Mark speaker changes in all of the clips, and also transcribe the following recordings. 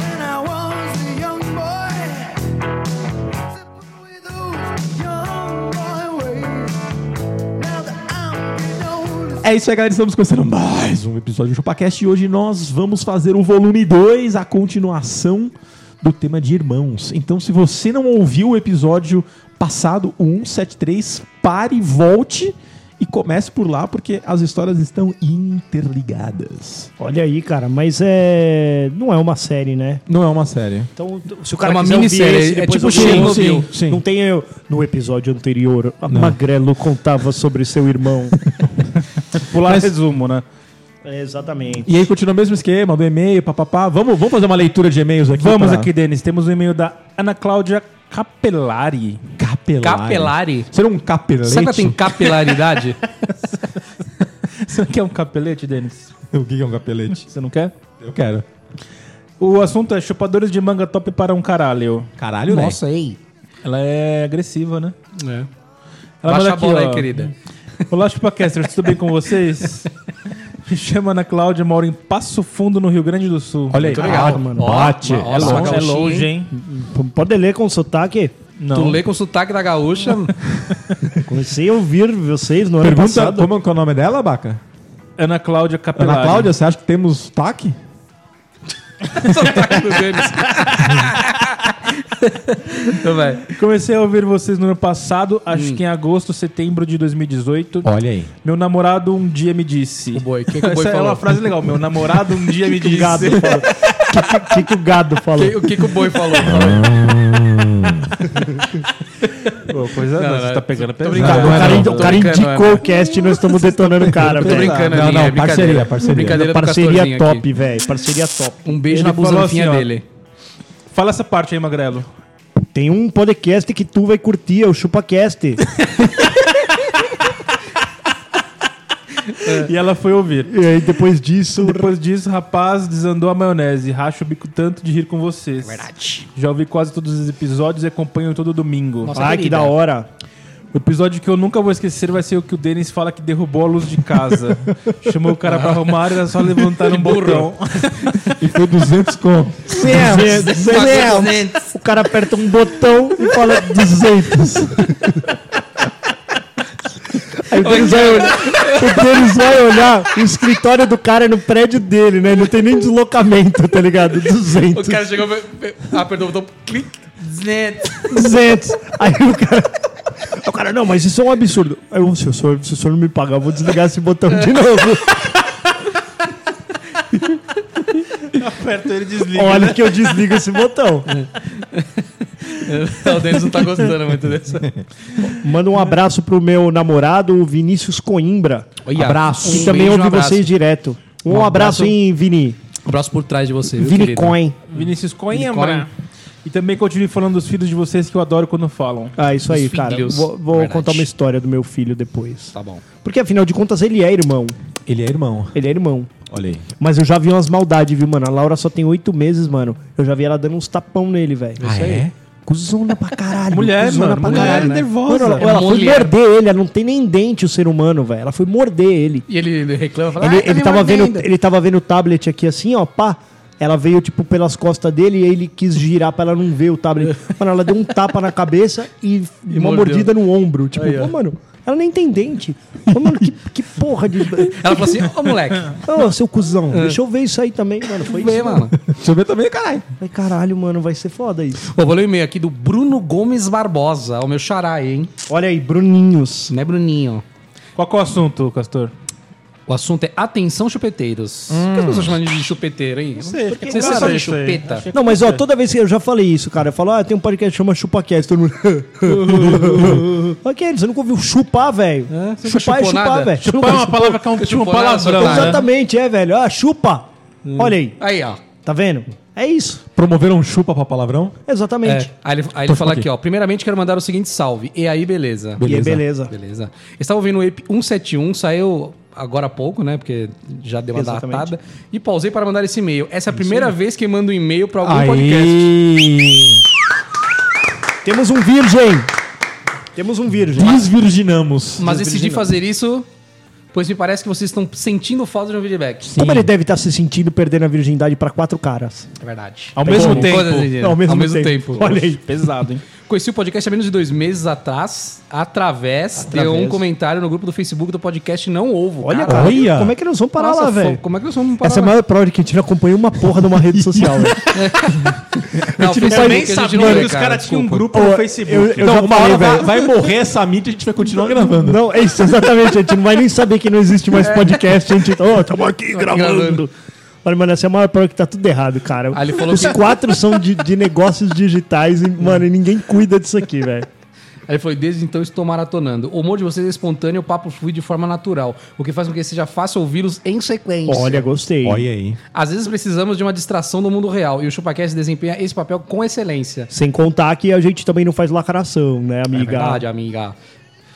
Speaker 1: When I was a young boy, simple with those young boy ways. Now that I'm getting older,
Speaker 2: É isso aí, galera. Estamos começando mais um episódio do ChupaCast e hoje nós vamos fazer o volume 2, a continuação do tema de irmãos. Então, se você não ouviu o episódio passado, o 173, pare, volte e comece por lá, porque as histórias estão interligadas.
Speaker 3: Olha aí, cara, mas é. Não é uma série, né?
Speaker 2: Não é uma
Speaker 4: um
Speaker 2: série.
Speaker 3: Então, se o cara
Speaker 5: É uma
Speaker 3: quiser ouvir
Speaker 5: minissérie,
Speaker 3: esse,
Speaker 5: é
Speaker 3: depois
Speaker 5: tipo
Speaker 3: ouvir
Speaker 5: Chernobyl.
Speaker 3: outro,
Speaker 2: Sim, sim.
Speaker 3: Não tem eu. No episódio anterior, a Magrelo contava sobre seu irmão.
Speaker 5: Pular resumo, né?
Speaker 3: É, exatamente.
Speaker 2: E aí continua o mesmo esquema do e-mail, papapá. Vamos, vamos fazer uma leitura de e-mails aqui?
Speaker 4: Vamos
Speaker 2: pra-
Speaker 4: aqui, Denis. Temos o e-mail da Ana Cláudia Capelari.
Speaker 2: Capelari.
Speaker 5: Capelari?
Speaker 2: Será um capelete?
Speaker 5: Será que ela tem capilaridade?
Speaker 4: Você não quer um capelete, Denis?
Speaker 2: o que é um capelete?
Speaker 4: Você não quer?
Speaker 2: Eu quero.
Speaker 4: O assunto é chupadores de manga top para um caralho.
Speaker 2: Caralho, né? Nossa.
Speaker 5: ei.
Speaker 4: Ela é agressiva, né?
Speaker 5: É.
Speaker 4: Ela
Speaker 5: Baixa
Speaker 4: manda
Speaker 5: a bola
Speaker 4: ó.
Speaker 5: aí, querida.
Speaker 4: Olá, chupacasters. Tudo bem com vocês? Me chama Ana Cláudia, moro em Passo Fundo, no Rio Grande do Sul.
Speaker 2: Olha aí.
Speaker 5: Muito legal.
Speaker 2: Ah, mano.
Speaker 5: Ó,
Speaker 2: Bate.
Speaker 5: ó,
Speaker 4: É
Speaker 5: só
Speaker 4: longe, é
Speaker 5: gauchinho,
Speaker 4: longe, hein?
Speaker 3: P- Pode ler com sotaque?
Speaker 4: Não.
Speaker 5: Tu lê com o sotaque da gaúcha.
Speaker 3: Comecei a ouvir vocês no ano
Speaker 2: Pergunta
Speaker 3: passado.
Speaker 2: como é que é o nome dela, Baca?
Speaker 4: Ana Cláudia Capelari.
Speaker 2: Ana Cláudia, você acha que temos taque?
Speaker 5: sotaque do Denis. então vai.
Speaker 4: Comecei a ouvir vocês no ano passado,
Speaker 5: Hum.
Speaker 4: acho que em agosto, setembro de 2018.
Speaker 2: Olha aí.
Speaker 4: Meu namorado um dia me disse.
Speaker 5: O boi. O que, que o boi
Speaker 4: Essa é
Speaker 5: falou?
Speaker 4: uma frase legal. Meu namorado um dia me
Speaker 3: que o
Speaker 4: disse.
Speaker 3: gado falou? O que, que, que o gado falou?
Speaker 5: Que- o que, que o boi falou?
Speaker 4: coisa
Speaker 5: Não, não,
Speaker 4: você tá pegando
Speaker 5: tô
Speaker 4: pesado.
Speaker 5: brincando.
Speaker 3: o cara,
Speaker 5: não,
Speaker 3: o
Speaker 5: tô
Speaker 3: cara
Speaker 5: brincando,
Speaker 3: indicou
Speaker 5: é.
Speaker 3: o cast e nós estamos detonando o cara,
Speaker 5: Tô
Speaker 3: velho.
Speaker 5: brincando,
Speaker 2: Não,
Speaker 5: Aninha,
Speaker 2: não,
Speaker 5: é brincadeira.
Speaker 2: parceria, parceria.
Speaker 5: Brincadeira do
Speaker 3: Parceria
Speaker 5: Castorzinho aqui.
Speaker 3: top, velho. Parceria top.
Speaker 5: Um beijo
Speaker 4: Ele
Speaker 5: na
Speaker 4: falou
Speaker 5: busanfinha
Speaker 4: assim, ó.
Speaker 5: dele.
Speaker 4: então, Fala essa parte aí, Magrelo.
Speaker 3: Tem um podcast que tu vai curtir, é o ChupaCast.
Speaker 5: É.
Speaker 4: E ela foi ouvir.
Speaker 3: e aí depois disso,
Speaker 4: Depois disso, rapaz desandou a maionese. Racho o bico tanto de rir com vocês.
Speaker 5: Verdade.
Speaker 4: Já ouvi quase todos os episódios e acompanho todo domingo.
Speaker 5: Nossa.
Speaker 3: Ai, que da hora.
Speaker 4: O episódio que eu nunca vou esquecer vai ser o que o Denis fala que derrubou a luz de casa. Chamou o cara pra arrumar e era só levantar um botão.
Speaker 2: E foi 200 conto.
Speaker 3: O cara aperta um botão e fala 200. Aí o Denis, vai olhar, o Denis vai olhar, o escritório do cara é no prédio dele, né? Não tem nem deslocamento, tá ligado? 200,
Speaker 5: O cara chegou, fe- fe- apertou o botão, clique, znet.
Speaker 3: 200. Aí o cara... Aí O cara, não, mas isso é um absurdo. Aí eu, se o senhor, se o senhor não me pagar, eu vou desligar esse botão
Speaker 4: É.
Speaker 3: de novo.
Speaker 4: Aperta ele desliga. né?
Speaker 3: Olha que eu desligo esse botão.
Speaker 5: o Denis não tá gostando muito dessa.
Speaker 3: Manda um abraço pro meu namorado, o Vinícius Coimbra.
Speaker 5: Olha,
Speaker 3: abraço.
Speaker 5: um
Speaker 3: Que também
Speaker 5: beijo, um
Speaker 3: ouve
Speaker 5: abraço.
Speaker 3: vocês direto. Um,
Speaker 5: Um
Speaker 3: abraço,
Speaker 5: abraço.
Speaker 3: em Vini.
Speaker 5: Um abraço por trás de você, viu,
Speaker 3: Vini
Speaker 5: querido?
Speaker 3: Coin.
Speaker 4: Vinícius Coimbra.
Speaker 5: Coimbra.
Speaker 4: E também continue falando dos filhos de vocês que eu adoro quando falam.
Speaker 3: Ah, isso aí,
Speaker 5: Os
Speaker 3: cara.
Speaker 5: filhos.
Speaker 3: Vou, vou
Speaker 5: Verdade.
Speaker 3: contar uma história do meu filho depois.
Speaker 5: Tá bom.
Speaker 3: Porque afinal de contas ele é irmão.
Speaker 2: Ele é irmão.
Speaker 3: Ele é irmão.
Speaker 2: Olha aí.
Speaker 3: Mas eu já vi umas maldades, viu, mano? A Laura só tem oito meses, mano. Eu já vi ela dando uns tapão nele, velho.
Speaker 2: Ah, é?
Speaker 3: Cusona pra caralho.
Speaker 4: Mulher,
Speaker 3: cuzona
Speaker 4: mano,
Speaker 3: pra
Speaker 4: mulher,
Speaker 3: caralho.
Speaker 4: né?
Speaker 3: Mano, ela,
Speaker 5: É
Speaker 3: ela foi
Speaker 5: mulher.
Speaker 3: morder ele. Ela não tem nem dente o ser humano, velho. Ela foi morder ele.
Speaker 5: E ele, ele reclama, fala,
Speaker 3: Ele,
Speaker 5: "Ah, tá
Speaker 3: ele
Speaker 5: me
Speaker 3: tava vendo,
Speaker 5: mordendo."
Speaker 3: ele tava vendo o tablet aqui assim, ó, pá. Ela veio, tipo, pelas costas dele e aí ele quis girar pra ela não ver o tablet. Mano, ela deu um tapa na cabeça e, uma
Speaker 5: mordeu.
Speaker 3: mordida no ombro. Tipo,
Speaker 5: Aí, ó.
Speaker 3: pô, mano, ela nem tem dente. Pô, mano, que, que porra de.
Speaker 5: Ela falou assim, ô moleque,
Speaker 3: Ô, seu cuzão, deixa eu ver isso aí também, mano. Foi
Speaker 5: vem,
Speaker 3: isso.
Speaker 5: É. mano.
Speaker 2: Deixa eu ver também, caralho.
Speaker 3: Falei, caralho, mano, vai ser foda isso.
Speaker 5: Ô, vou ler o e-mail aqui do Bruno Gomes Barbosa, o meu xará aí, hein?
Speaker 3: Olha aí, Bruninhos.
Speaker 5: Né, Bruninho?
Speaker 4: Qual que é o assunto, Castor?
Speaker 5: O assunto é atenção chupeteiros. Por que as pessoas chamam de chupeteiro, hein? Hum. Não sei,
Speaker 4: fiquei
Speaker 5: Você
Speaker 4: com
Speaker 5: só
Speaker 4: cara
Speaker 5: de
Speaker 4: isso aí.
Speaker 5: chupeta.
Speaker 3: Não, mas ó, toda vez que eu já falei isso, cara, eu falo, ah, tem um podcast que chama ChupaCast, todo mundo. Olha que você nunca ouviu chupar, velho.
Speaker 5: Você nunca
Speaker 3: Chupar é
Speaker 5: chupou
Speaker 3: chupar,
Speaker 5: nada?
Speaker 3: velho. Você nunca
Speaker 4: Chupar é uma palavra que é um,
Speaker 5: Você
Speaker 2: né?
Speaker 4: tipo um
Speaker 5: chupou nada,
Speaker 4: palavrão.
Speaker 5: seu
Speaker 4: né?
Speaker 2: Hum.
Speaker 3: Exatamente, é, velho. Ah, chupa. Olha aí.
Speaker 5: Aí, ó.
Speaker 3: Tá vendo? É isso.
Speaker 2: Promoveram um chupa pra palavrão?
Speaker 3: Exatamente.
Speaker 5: É, aí ele, aí ele
Speaker 2: Pode
Speaker 5: fala
Speaker 2: aqui.
Speaker 5: aqui, ó. Primeiramente, quero mandar o seguinte salve. E aí, beleza.
Speaker 3: E é beleza.
Speaker 5: Beleza. Eu estava ouvindo o EP 171, saiu agora há pouco, né? Porque já deu uma
Speaker 3: Exatamente.
Speaker 5: datada. E pausei para mandar esse e-mail. Essa é a primeira vez que mando um e-mail para algum podcast.
Speaker 2: Aí.
Speaker 3: Temos um virgem. Temos um virgem.
Speaker 2: Desvirginamos.
Speaker 5: Mas decidi fazer isso, pois me parece que vocês estão sentindo falta de um feedback.
Speaker 3: Como ele deve estar se sentindo perdendo a virgindade pra quatro caras?
Speaker 5: É verdade.
Speaker 4: Ao mesmo
Speaker 5: Como?
Speaker 4: tempo.
Speaker 5: Coisas assim,
Speaker 3: Não,
Speaker 5: ao mesmo, tempo.
Speaker 3: Olha aí.
Speaker 4: Pesado, hein?
Speaker 5: Conheci o podcast há menos de dois meses atrás, através, de
Speaker 4: Através.
Speaker 5: um comentário no grupo do Facebook do podcast Não Ovo.
Speaker 3: Olha,
Speaker 5: Caralho.
Speaker 2: Olha.
Speaker 3: como é que nós vamos parar
Speaker 5: Nossa,
Speaker 3: lá,
Speaker 5: fo-
Speaker 3: velho?
Speaker 5: Como é que nós vamos parar
Speaker 3: Essa é a
Speaker 5: lá?
Speaker 3: maior prova de que a gente não acompanha uma porra de uma rede social, velho.
Speaker 5: Não, o Facebook a gente não vê, cara,
Speaker 4: um
Speaker 5: desculpa.
Speaker 3: Ô, eu-
Speaker 4: Então,
Speaker 3: eu já
Speaker 2: Não, uma
Speaker 3: falei,
Speaker 2: hora vai,
Speaker 3: velho.
Speaker 2: vai morrer essa mídia e a gente vai continuar gravando.
Speaker 3: Não, é isso, exatamente. A gente não vai nem saber que não existe mais podcast. A gente. Ó, É. tamo aqui gravando.
Speaker 5: gravando.
Speaker 3: Olha, mano, essa é a maior prova que tá tudo errado, cara.
Speaker 5: Ah, ele falou
Speaker 3: Os
Speaker 5: que-
Speaker 3: quatro são de, de negócios digitais e, mano, e ninguém cuida disso aqui, velho.
Speaker 5: Aí ele falou, desde então estou maratonando. O humor de vocês é espontâneo, o papo flui de forma natural, o que faz com que seja fácil ouvi-los em sequência.
Speaker 3: Olha, gostei.
Speaker 2: Olha aí.
Speaker 5: Às vezes precisamos de uma distração do mundo real, e o ChupaCast desempenha esse papel com excelência.
Speaker 3: Sem contar que a gente também não faz lacração, né,
Speaker 5: É
Speaker 3: amiga?
Speaker 5: verdade, amiga.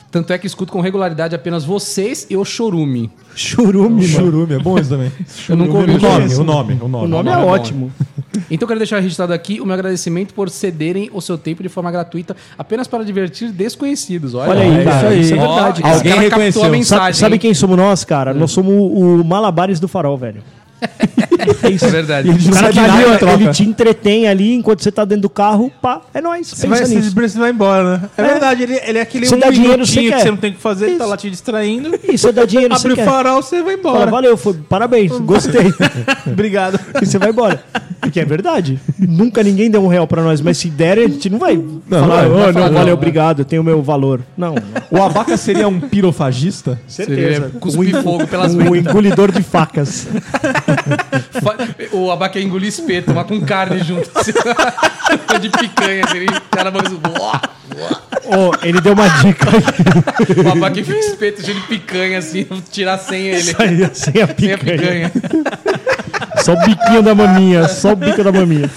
Speaker 5: Tanto é que escuto com regularidade apenas vocês e o Chorume.
Speaker 3: Churume, mano. é
Speaker 2: Churume, é bom isso também.
Speaker 5: Eu nunca ouvi
Speaker 2: o nome,
Speaker 5: isso.
Speaker 2: o nome, o nome.
Speaker 3: O nome é
Speaker 5: nome é bom,
Speaker 3: ótimo.
Speaker 5: Então quero deixar registrado aqui o meu agradecimento por cederem o seu tempo de forma gratuita apenas para divertir desconhecidos. Olha,
Speaker 3: Olha aí,
Speaker 5: Olha
Speaker 3: cara, isso é
Speaker 5: Ó,
Speaker 3: verdade.
Speaker 5: esse
Speaker 2: Alguém
Speaker 5: cara captou
Speaker 2: reconheceu.
Speaker 5: a
Speaker 2: Sabe-
Speaker 5: mensagem.
Speaker 3: Sabe, sabe quem somos nós, cara? Nós somos o Malabares do Farol, velho.
Speaker 5: é isso? É verdade.
Speaker 3: O cara
Speaker 2: sabe
Speaker 3: tá
Speaker 2: nada,
Speaker 3: ali, ó,
Speaker 2: troca.
Speaker 3: ele te entretém ali enquanto você tá dentro do carro, pá, é nóis.
Speaker 4: Você
Speaker 3: Pensa
Speaker 4: vai,
Speaker 3: nisso.
Speaker 4: você precisa ir embora, né? É, verdade, ele, ele é aquele
Speaker 3: Você dá dinheiro, você
Speaker 4: minutinho
Speaker 3: quer.
Speaker 4: que você não tem o que fazer, ele tá
Speaker 3: Isso.
Speaker 4: lá te distraindo.
Speaker 3: E você dá é dinheiro, você
Speaker 4: Abre o
Speaker 3: quer.
Speaker 4: farol, você vai
Speaker 3: Fala,
Speaker 4: embora.
Speaker 3: valeu, foi, parabéns, gostei.
Speaker 4: Obrigado.
Speaker 3: e você vai embora. Porque é verdade. Nunca ninguém deu um real pra nós, mas se der, a gente não vai falar,
Speaker 2: não vai.
Speaker 3: "Ô,
Speaker 5: Vai
Speaker 3: não,
Speaker 5: falar,
Speaker 3: valeu,
Speaker 5: não,
Speaker 3: obrigado, eu tenho o meu valor. Não,
Speaker 2: O Abaca seria um pirofagista?
Speaker 5: Seria cuspir é, fogo pelas
Speaker 3: o
Speaker 5: ventas.
Speaker 3: engolidor de facas.
Speaker 5: Fa- O abaca ia engolir espeto, mas com carne junto. assim. de picanha, assim. ele- O cara vai O
Speaker 3: Ó, ele deu uma dica
Speaker 5: abaca ia ficar espeto cheio de picanha, assim. Tirar sem ele.
Speaker 3: aí, sem assim a
Speaker 5: Sem a
Speaker 3: picanha.
Speaker 5: picanha.
Speaker 3: Só o biquinho da maminha, só o bico da maminha.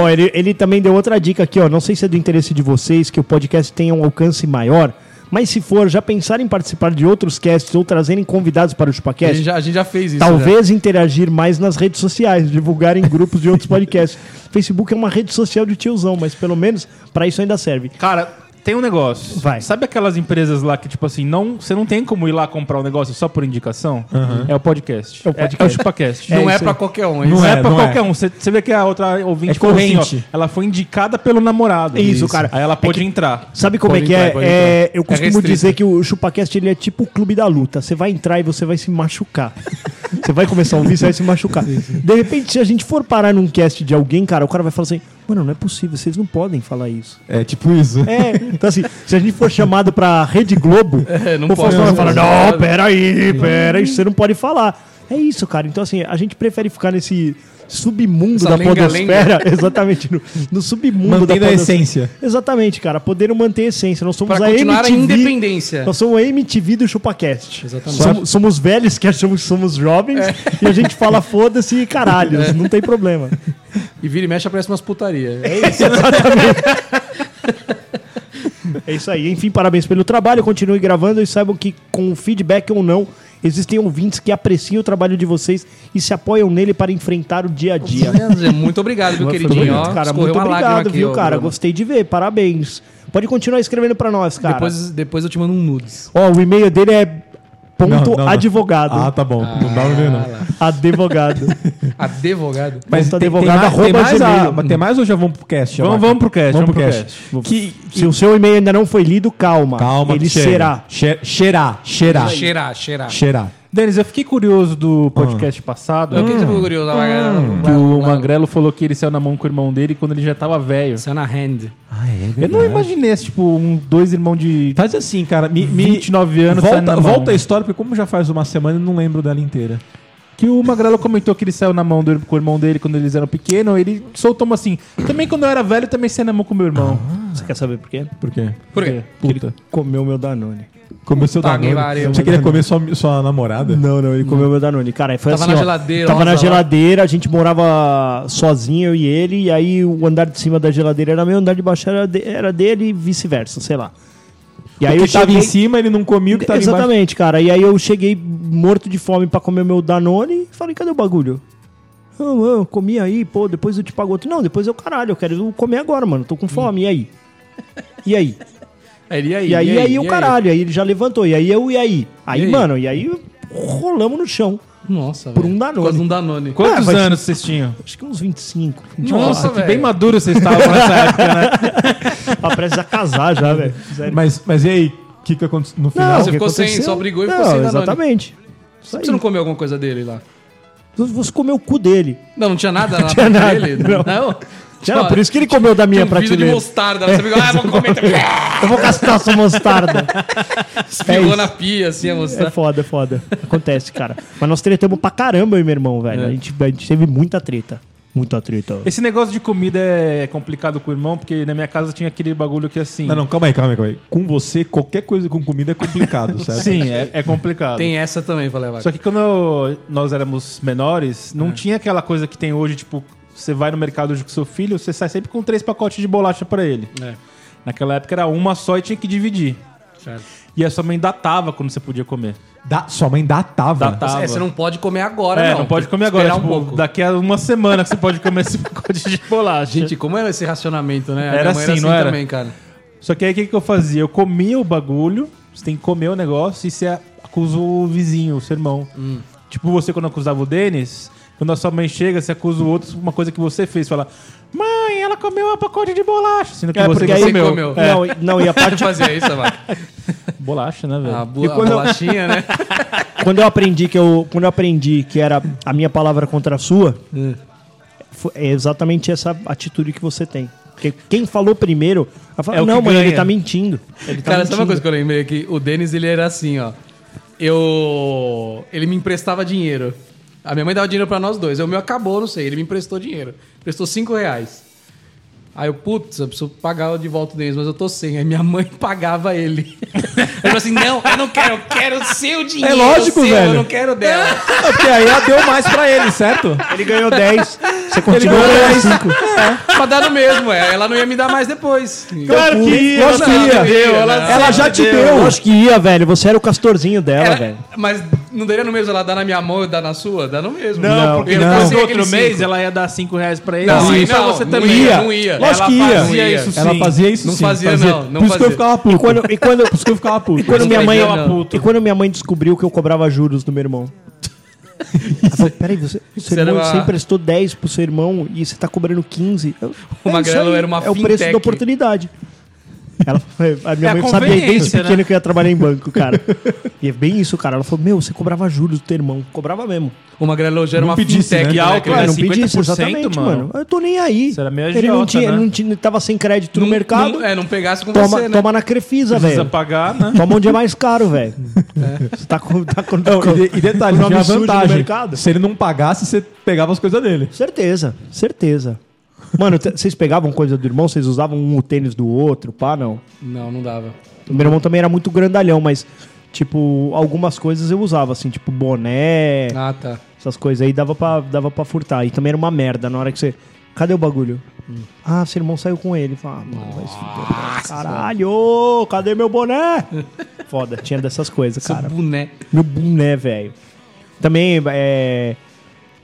Speaker 3: Ó, ele, ele também deu outra dica aqui, ó. Não sei se é do interesse de vocês que o podcast tenha um alcance maior, mas se for, já pensar em participar de outros casts ou trazerem convidados para o
Speaker 5: A gente
Speaker 3: ChupaCast?
Speaker 5: já, a gente já fez isso.
Speaker 3: é?
Speaker 5: né?
Speaker 3: Talvez interagir mais nas redes sociais, divulgar em grupos de outros podcasts. Facebook é uma rede social de tiozão, mas pelo menos para isso ainda serve.
Speaker 4: Cara, tem um negócio.
Speaker 3: Vai.
Speaker 4: Sabe aquelas empresas lá que, tipo assim, não, você não tem como ir lá comprar um negócio só por indicação? É o podcast.
Speaker 3: É o podcast.
Speaker 4: É, o ChupaCast.
Speaker 5: já. Não
Speaker 3: é
Speaker 5: é,
Speaker 3: isso
Speaker 5: pra
Speaker 3: aí.
Speaker 5: qualquer um.
Speaker 4: Não,
Speaker 5: isso.
Speaker 4: é, pra
Speaker 2: não é.
Speaker 4: qualquer um. Você, você vê que a outra ouvinte
Speaker 2: É
Speaker 4: falou assim, ó,
Speaker 2: corrente.
Speaker 4: ela foi indicada pelo namorado.
Speaker 3: Isso, cara.
Speaker 4: Aí ela
Speaker 3: É
Speaker 4: pôde
Speaker 3: que-
Speaker 4: entrar.
Speaker 3: Sabe como
Speaker 5: Pode
Speaker 3: é que
Speaker 5: entrar,
Speaker 3: é?
Speaker 5: pode
Speaker 3: É, Eu
Speaker 5: É
Speaker 3: costumo
Speaker 5: restrito.
Speaker 3: dizer que o ChupaCast ele é tipo o clube da luta. Você vai entrar e você vai se machucar. você vai começar a ouvir, você vai se machucar. De repente, se a gente for parar num cast de alguém, cara, o cara vai falar assim: Mano, não é possível, vocês não podem falar isso.
Speaker 2: É tipo isso.
Speaker 3: É, então assim, se a gente for chamado pra Rede Globo,
Speaker 5: É, não
Speaker 3: o Faustão
Speaker 5: pode.
Speaker 3: vai falar:
Speaker 5: Não,
Speaker 3: Não, peraí, peraí, você não pode falar. É isso, cara. Então assim, a gente prefere ficar nesse submundo
Speaker 5: Essa
Speaker 3: da
Speaker 5: lenga-lenga.
Speaker 3: podosfera. Exatamente, no, no submundo
Speaker 2: Mantendo
Speaker 3: da
Speaker 2: a
Speaker 3: podosfera.
Speaker 2: essência.
Speaker 3: Exatamente, cara. Poder manter a essência. Nós somos
Speaker 5: Pra
Speaker 3: a
Speaker 5: continuar a
Speaker 3: MTV.
Speaker 5: independência.
Speaker 3: Nós somos a MTV do ChupaCast.
Speaker 5: Exatamente.
Speaker 3: Somos, somos velhos que achamos que somos jovens
Speaker 5: É.
Speaker 3: e a gente fala foda-se e caralho. Não tem problema.
Speaker 5: E vira e mexe, aparece umas putaria. É
Speaker 3: É isso aí. Enfim, parabéns pelo trabalho. Continue gravando e saibam que, com feedback ou não, existem ouvintes que apreciam o trabalho de vocês e se apoiam nele para enfrentar o dia a dia.
Speaker 5: isso. Muito obrigado, meu
Speaker 3: Foi
Speaker 5: queridinho.
Speaker 3: bonito,
Speaker 5: ó.
Speaker 3: cara.
Speaker 5: Escorreu
Speaker 3: Muito
Speaker 5: uma lágrima
Speaker 3: obrigado,
Speaker 5: aqui,
Speaker 3: viu,
Speaker 5: ó,
Speaker 3: cara?
Speaker 5: Bruno.
Speaker 3: Gostei de ver. Parabéns. Pode continuar escrevendo pra nós, cara.
Speaker 5: Depois, depois eu te mando um nudes.
Speaker 3: Ó, o e-mail dele é
Speaker 2: Não,
Speaker 3: ponto
Speaker 2: não, não.
Speaker 3: advogado.
Speaker 2: Ah, tá bom. não dá pra ver, não.
Speaker 3: Advogado.
Speaker 5: Advogado.
Speaker 3: Ponto advogado,
Speaker 2: mais-
Speaker 3: arroba
Speaker 2: mais a-
Speaker 3: gmail.
Speaker 2: mas tem mais ou já vamos pro cast?
Speaker 4: Vamos-
Speaker 2: Abaca?
Speaker 4: vamos pro cast,
Speaker 2: Vamos
Speaker 4: vamos
Speaker 2: pro
Speaker 4: pro
Speaker 2: cast.
Speaker 4: cast.
Speaker 2: Que-
Speaker 3: Se o seu e-mail ainda não foi lido, calma.
Speaker 2: Calma,
Speaker 3: Ele
Speaker 2: que chega.
Speaker 3: será.
Speaker 2: Che- Cheirar, cheirar,
Speaker 5: Cheirar,
Speaker 3: Hum.
Speaker 5: cheirar.
Speaker 2: cheirar.
Speaker 4: Denis, eu fiquei curioso
Speaker 2: Ah.
Speaker 4: do podcast passado.
Speaker 5: Eu fiquei super curioso. Hum.
Speaker 4: Que o Magrelo falou que ele saiu na mão com o irmão dele quando ele já tava velho.
Speaker 5: Sana é Hand.
Speaker 2: é
Speaker 4: Eu não imaginei esse, tipo, um, dois irmãos de
Speaker 2: Faz assim, cara. Me, me-
Speaker 4: 29 anos tá né? saindo
Speaker 2: volta,
Speaker 4: na mão.
Speaker 2: volta a história, porque como já faz uma semana, eu não lembro dela inteira.
Speaker 4: Que o Magrelo comentou que ele saiu na mão do, com o irmão dele quando eles eram pequenos. Ele soltou uma assim. Também quando eu era velho, também saí na mão com meu irmão.
Speaker 3: Você quer saber por quê?
Speaker 2: Por Ah, quê?
Speaker 5: Por quê?
Speaker 4: Puta.
Speaker 3: Comeu meu Danone.
Speaker 2: Comeu seu
Speaker 5: Puta que
Speaker 2: Danone.
Speaker 5: pariu.
Speaker 2: Você queria comer sua, sua namorada?
Speaker 3: Não, não, ele comeu meu Danone. Cara, foi
Speaker 5: Tava
Speaker 3: assim,
Speaker 5: na
Speaker 3: ó,
Speaker 5: geladeira,
Speaker 3: Tava
Speaker 5: nossa,
Speaker 3: na
Speaker 5: lá.
Speaker 3: geladeira, a gente morava sozinho, eu e ele, e aí o andar de cima da geladeira era meu, o andar de baixo era, de- era dele e vice-versa, sei lá. E
Speaker 2: o que tava
Speaker 3: cheguei-
Speaker 2: em cima, ele não comia, o que tava embaixo.
Speaker 3: Exatamente, cara. E aí eu cheguei morto de fome pra comer meu Danone e falei, cadê o bagulho? Não, não, eu comi aí, pô, depois eu te pago outro. Não, depois eu, caralho, eu quero comer agora, mano, tô com fome, e aí? E aí?
Speaker 5: Aí, e aí,
Speaker 3: E aí,
Speaker 5: e
Speaker 3: aí, o caralho, aí ele já levantou, e aí eu, e aí? Aí,
Speaker 5: E aí?
Speaker 3: mano, e aí rolamos no chão.
Speaker 5: Nossa,
Speaker 3: Por
Speaker 5: velho.
Speaker 3: um Danone.
Speaker 5: Por causa de um Danone.
Speaker 4: Quantos
Speaker 3: vai-
Speaker 4: anos vocês tinham?
Speaker 3: Acho que uns 25.
Speaker 4: Ah,
Speaker 5: Nossa,
Speaker 4: que
Speaker 5: velho.
Speaker 4: bem maduro vocês estavam nessa época, né?
Speaker 3: Tá prestes a casar já, velho. Sério.
Speaker 2: Mas, mas e aí? O que, que aconteceu no final?
Speaker 5: você
Speaker 3: o que
Speaker 5: ficou sem,
Speaker 3: aconteceu-
Speaker 5: só brigou e
Speaker 3: não,
Speaker 5: ficou sem Danone.
Speaker 3: Exatamente. Isso aí.
Speaker 5: Você não comeu alguma coisa dele lá?
Speaker 3: Você comeu o cu dele.
Speaker 5: Não, não tinha nada na
Speaker 3: tinha nada,
Speaker 5: dele?
Speaker 3: não.
Speaker 5: Tinha-
Speaker 3: por isso que ele comeu da minha
Speaker 5: tinha um vidro de
Speaker 3: prateleira. É.
Speaker 5: mostarda. Você ficou, ah, vou comer também.
Speaker 3: Eu vou gastar sua mostarda.
Speaker 5: Espirrou
Speaker 3: isso.
Speaker 5: na pia, assim, a
Speaker 3: É
Speaker 5: mostarda.
Speaker 3: foda, é foda. Acontece, cara. Mas nós tretamos pra caramba, eu e meu irmão, velho. A, gente, a gente teve muita treta. Muita treta.
Speaker 4: Esse negócio de comida é complicado com o irmão, porque na minha casa tinha aquele bagulho que assim.
Speaker 2: Não, não, calma aí, calma aí, calma aí. Com você, qualquer coisa com comida é complicado, certo?
Speaker 4: Sim, é, é complicado.
Speaker 5: Tem essa também, falei, vai.
Speaker 4: Só que quando eu- nós éramos menores,
Speaker 5: É.
Speaker 4: não tinha aquela coisa que tem hoje, tipo, você vai no mercado hoje com seu filho, você sai sempre com três pacotes de bolacha pra ele.
Speaker 5: É,
Speaker 4: Naquela época era uma só e tinha que dividir.
Speaker 5: certo.
Speaker 4: E a sua mãe datava quando você podia comer.
Speaker 2: Da, sua mãe datava.
Speaker 4: Datava.
Speaker 5: É, você não pode comer agora,
Speaker 4: É,
Speaker 5: não.
Speaker 4: não, pode
Speaker 5: Tem que
Speaker 4: comer agora.
Speaker 5: Esperar
Speaker 4: Tipo,
Speaker 5: um pouco.
Speaker 4: Daqui a uma semana que você pode comer esse pacote de bolacha.
Speaker 5: Gente, como era esse racionamento, né? A
Speaker 4: Era
Speaker 5: minha mãe
Speaker 4: assim, não era?
Speaker 5: também, cara.
Speaker 4: Só que aí o que, que eu fazia? Eu comia o bagulho, você tem que comer o negócio e você acusa o vizinho, o seu irmão. Tipo você quando acusava o Denis, quando a sua mãe chega, você acusa o outro por uma coisa que você fez. Fala, mãe, ela comeu um pacote de bolacha. Sendo que
Speaker 3: É,
Speaker 4: você
Speaker 3: porque
Speaker 4: que
Speaker 3: aí-
Speaker 4: comeu.
Speaker 5: comeu.
Speaker 4: É,
Speaker 3: Não, e- não, e a
Speaker 5: Pode
Speaker 3: parte.
Speaker 5: fazer isso, vai.
Speaker 4: bolacha, né, velho?
Speaker 5: A, bo-
Speaker 3: E
Speaker 5: a
Speaker 3: quando eu-
Speaker 5: bolachinha, né?
Speaker 3: quando eu aprendi que eu. Quando eu aprendi que era a minha palavra contra a sua, fo- é exatamente essa atitude que você tem. Porque quem falou primeiro, ela fala,
Speaker 4: É o que
Speaker 3: não, mãe, ele
Speaker 4: ganha."
Speaker 3: tá mentindo. Ele tá
Speaker 5: Cara,
Speaker 3: mentindo.
Speaker 5: sabe uma coisa que eu lembrei aqui? O Denis, ele era assim, ó. Eu... Ele me emprestava dinheiro. A minha mãe dava dinheiro pra nós dois. É O meu acabou, não sei. Ele me emprestou dinheiro. Emprestou cinco reais. Aí eu, putz, eu preciso pagar de volta o Denis, mas eu tô sem. Aí minha mãe pagava ele. Eu falei assim, não, eu não quero, eu quero o seu dinheiro.
Speaker 2: lógico,
Speaker 5: seu,
Speaker 2: velho.
Speaker 5: Eu não quero dela.
Speaker 2: É, Porque aí ela deu mais pra ele, certo?
Speaker 3: Ele ganhou 10, você continuou ganhando 5.
Speaker 5: Mas dá no mesmo, é. Ela não ia me dar mais depois.
Speaker 3: Então,
Speaker 2: Claro que ia, né?
Speaker 5: Lógico que ia.
Speaker 4: Ela-
Speaker 2: Ela já te
Speaker 3: Eu
Speaker 2: deu.
Speaker 3: acho que ia, velho. Você era o castorzinho dela,
Speaker 5: Ela-
Speaker 3: velho.
Speaker 5: É, mas não daria no mesmo ela dar na minha mão e eu dar na sua? Dá no mesmo.
Speaker 4: Não, porque
Speaker 5: Eu
Speaker 4: depois
Speaker 5: passei
Speaker 4: do
Speaker 5: aquele
Speaker 4: outro mês
Speaker 5: cinco.
Speaker 4: ela ia dar 5 reais pra ele.
Speaker 5: Não,
Speaker 4: Então, e
Speaker 5: aí
Speaker 4: pra
Speaker 5: não,
Speaker 4: é você
Speaker 5: não
Speaker 4: também.
Speaker 5: ia, não ia. um
Speaker 4: Ela
Speaker 2: Lógico que ia.
Speaker 4: fazia isso sim.
Speaker 2: Ela fazia isso
Speaker 5: Não
Speaker 2: sim.
Speaker 5: fazia, não, não
Speaker 2: Por isso que eu
Speaker 5: fazia.
Speaker 2: ficava puto.
Speaker 3: E quando, e quando,
Speaker 2: Por isso que eu ficava puto.
Speaker 3: E quando, minha mãe,
Speaker 5: Não, não.
Speaker 3: e quando minha mãe descobriu que eu cobrava juros do meu irmão. Ela falou, peraí, você, seu
Speaker 5: Isso era
Speaker 3: irmão,
Speaker 5: uma-
Speaker 3: você emprestou 10 pro seu irmão e você tá cobrando 15. Eu,
Speaker 5: O
Speaker 3: é
Speaker 5: Magrelo
Speaker 3: isso aí,
Speaker 5: era uma
Speaker 3: É o preço
Speaker 5: fintech.
Speaker 3: da oportunidade. Ela, a minha
Speaker 4: É a
Speaker 3: mãe sabia desde
Speaker 4: conveniência,
Speaker 3: pequeno
Speaker 4: né?
Speaker 3: que eu ia trabalhar em banco, cara. E é bem isso, cara. Ela falou, meu, você cobrava juros do teu irmão. Cobrava mesmo.
Speaker 5: O Magrelo já era
Speaker 2: Não
Speaker 5: uma
Speaker 2: pedisse,
Speaker 5: fintech,
Speaker 2: né?
Speaker 5: né,
Speaker 4: Álcool,
Speaker 5: cara?
Speaker 4: né?
Speaker 3: Eu não pedi isso,
Speaker 4: 50%,
Speaker 3: exatamente,
Speaker 4: mano.
Speaker 3: mano. Eu tô nem aí.
Speaker 4: Você era meio
Speaker 3: ele não
Speaker 4: agiota,
Speaker 3: tinha,
Speaker 4: né?
Speaker 3: ele não tinha, ele tava sem crédito
Speaker 5: Não-
Speaker 3: no mercado.
Speaker 5: não- é, não pegasse com
Speaker 3: toma,
Speaker 5: você, né?
Speaker 3: toma na Crefisa,
Speaker 4: Precisa
Speaker 3: velho.
Speaker 4: pagar, né?
Speaker 3: Toma onde é mais caro, velho. Você tá com. Tá com,
Speaker 2: É. Não,
Speaker 3: com-
Speaker 2: e, de- e detalhe,
Speaker 3: com nome
Speaker 2: tinha uma
Speaker 3: sujo no
Speaker 2: vantagem.
Speaker 3: mercado.
Speaker 2: Se ele não pagasse, você pegava as coisas dele.
Speaker 3: Certeza, certeza. Mano, t- vocês pegavam coisa do irmão, vocês usavam um o tênis do outro, pá, não.
Speaker 5: Não, não dava.
Speaker 3: O meu irmão também era muito grandalhão, mas, tipo, algumas coisas eu usava, assim, tipo boné,
Speaker 5: Ah, tá.
Speaker 3: essas coisas aí dava pra, dava pra furtar. E também era uma merda na hora que você. Cadê o bagulho? Ah, seu irmão saiu com ele. Fala, ah, mano, vai se fuder, cara. Caralho, cadê meu boné? Foda, tinha dessas coisas,
Speaker 5: Seu
Speaker 3: cara.
Speaker 5: boné.
Speaker 3: Meu boné, velho. Também é,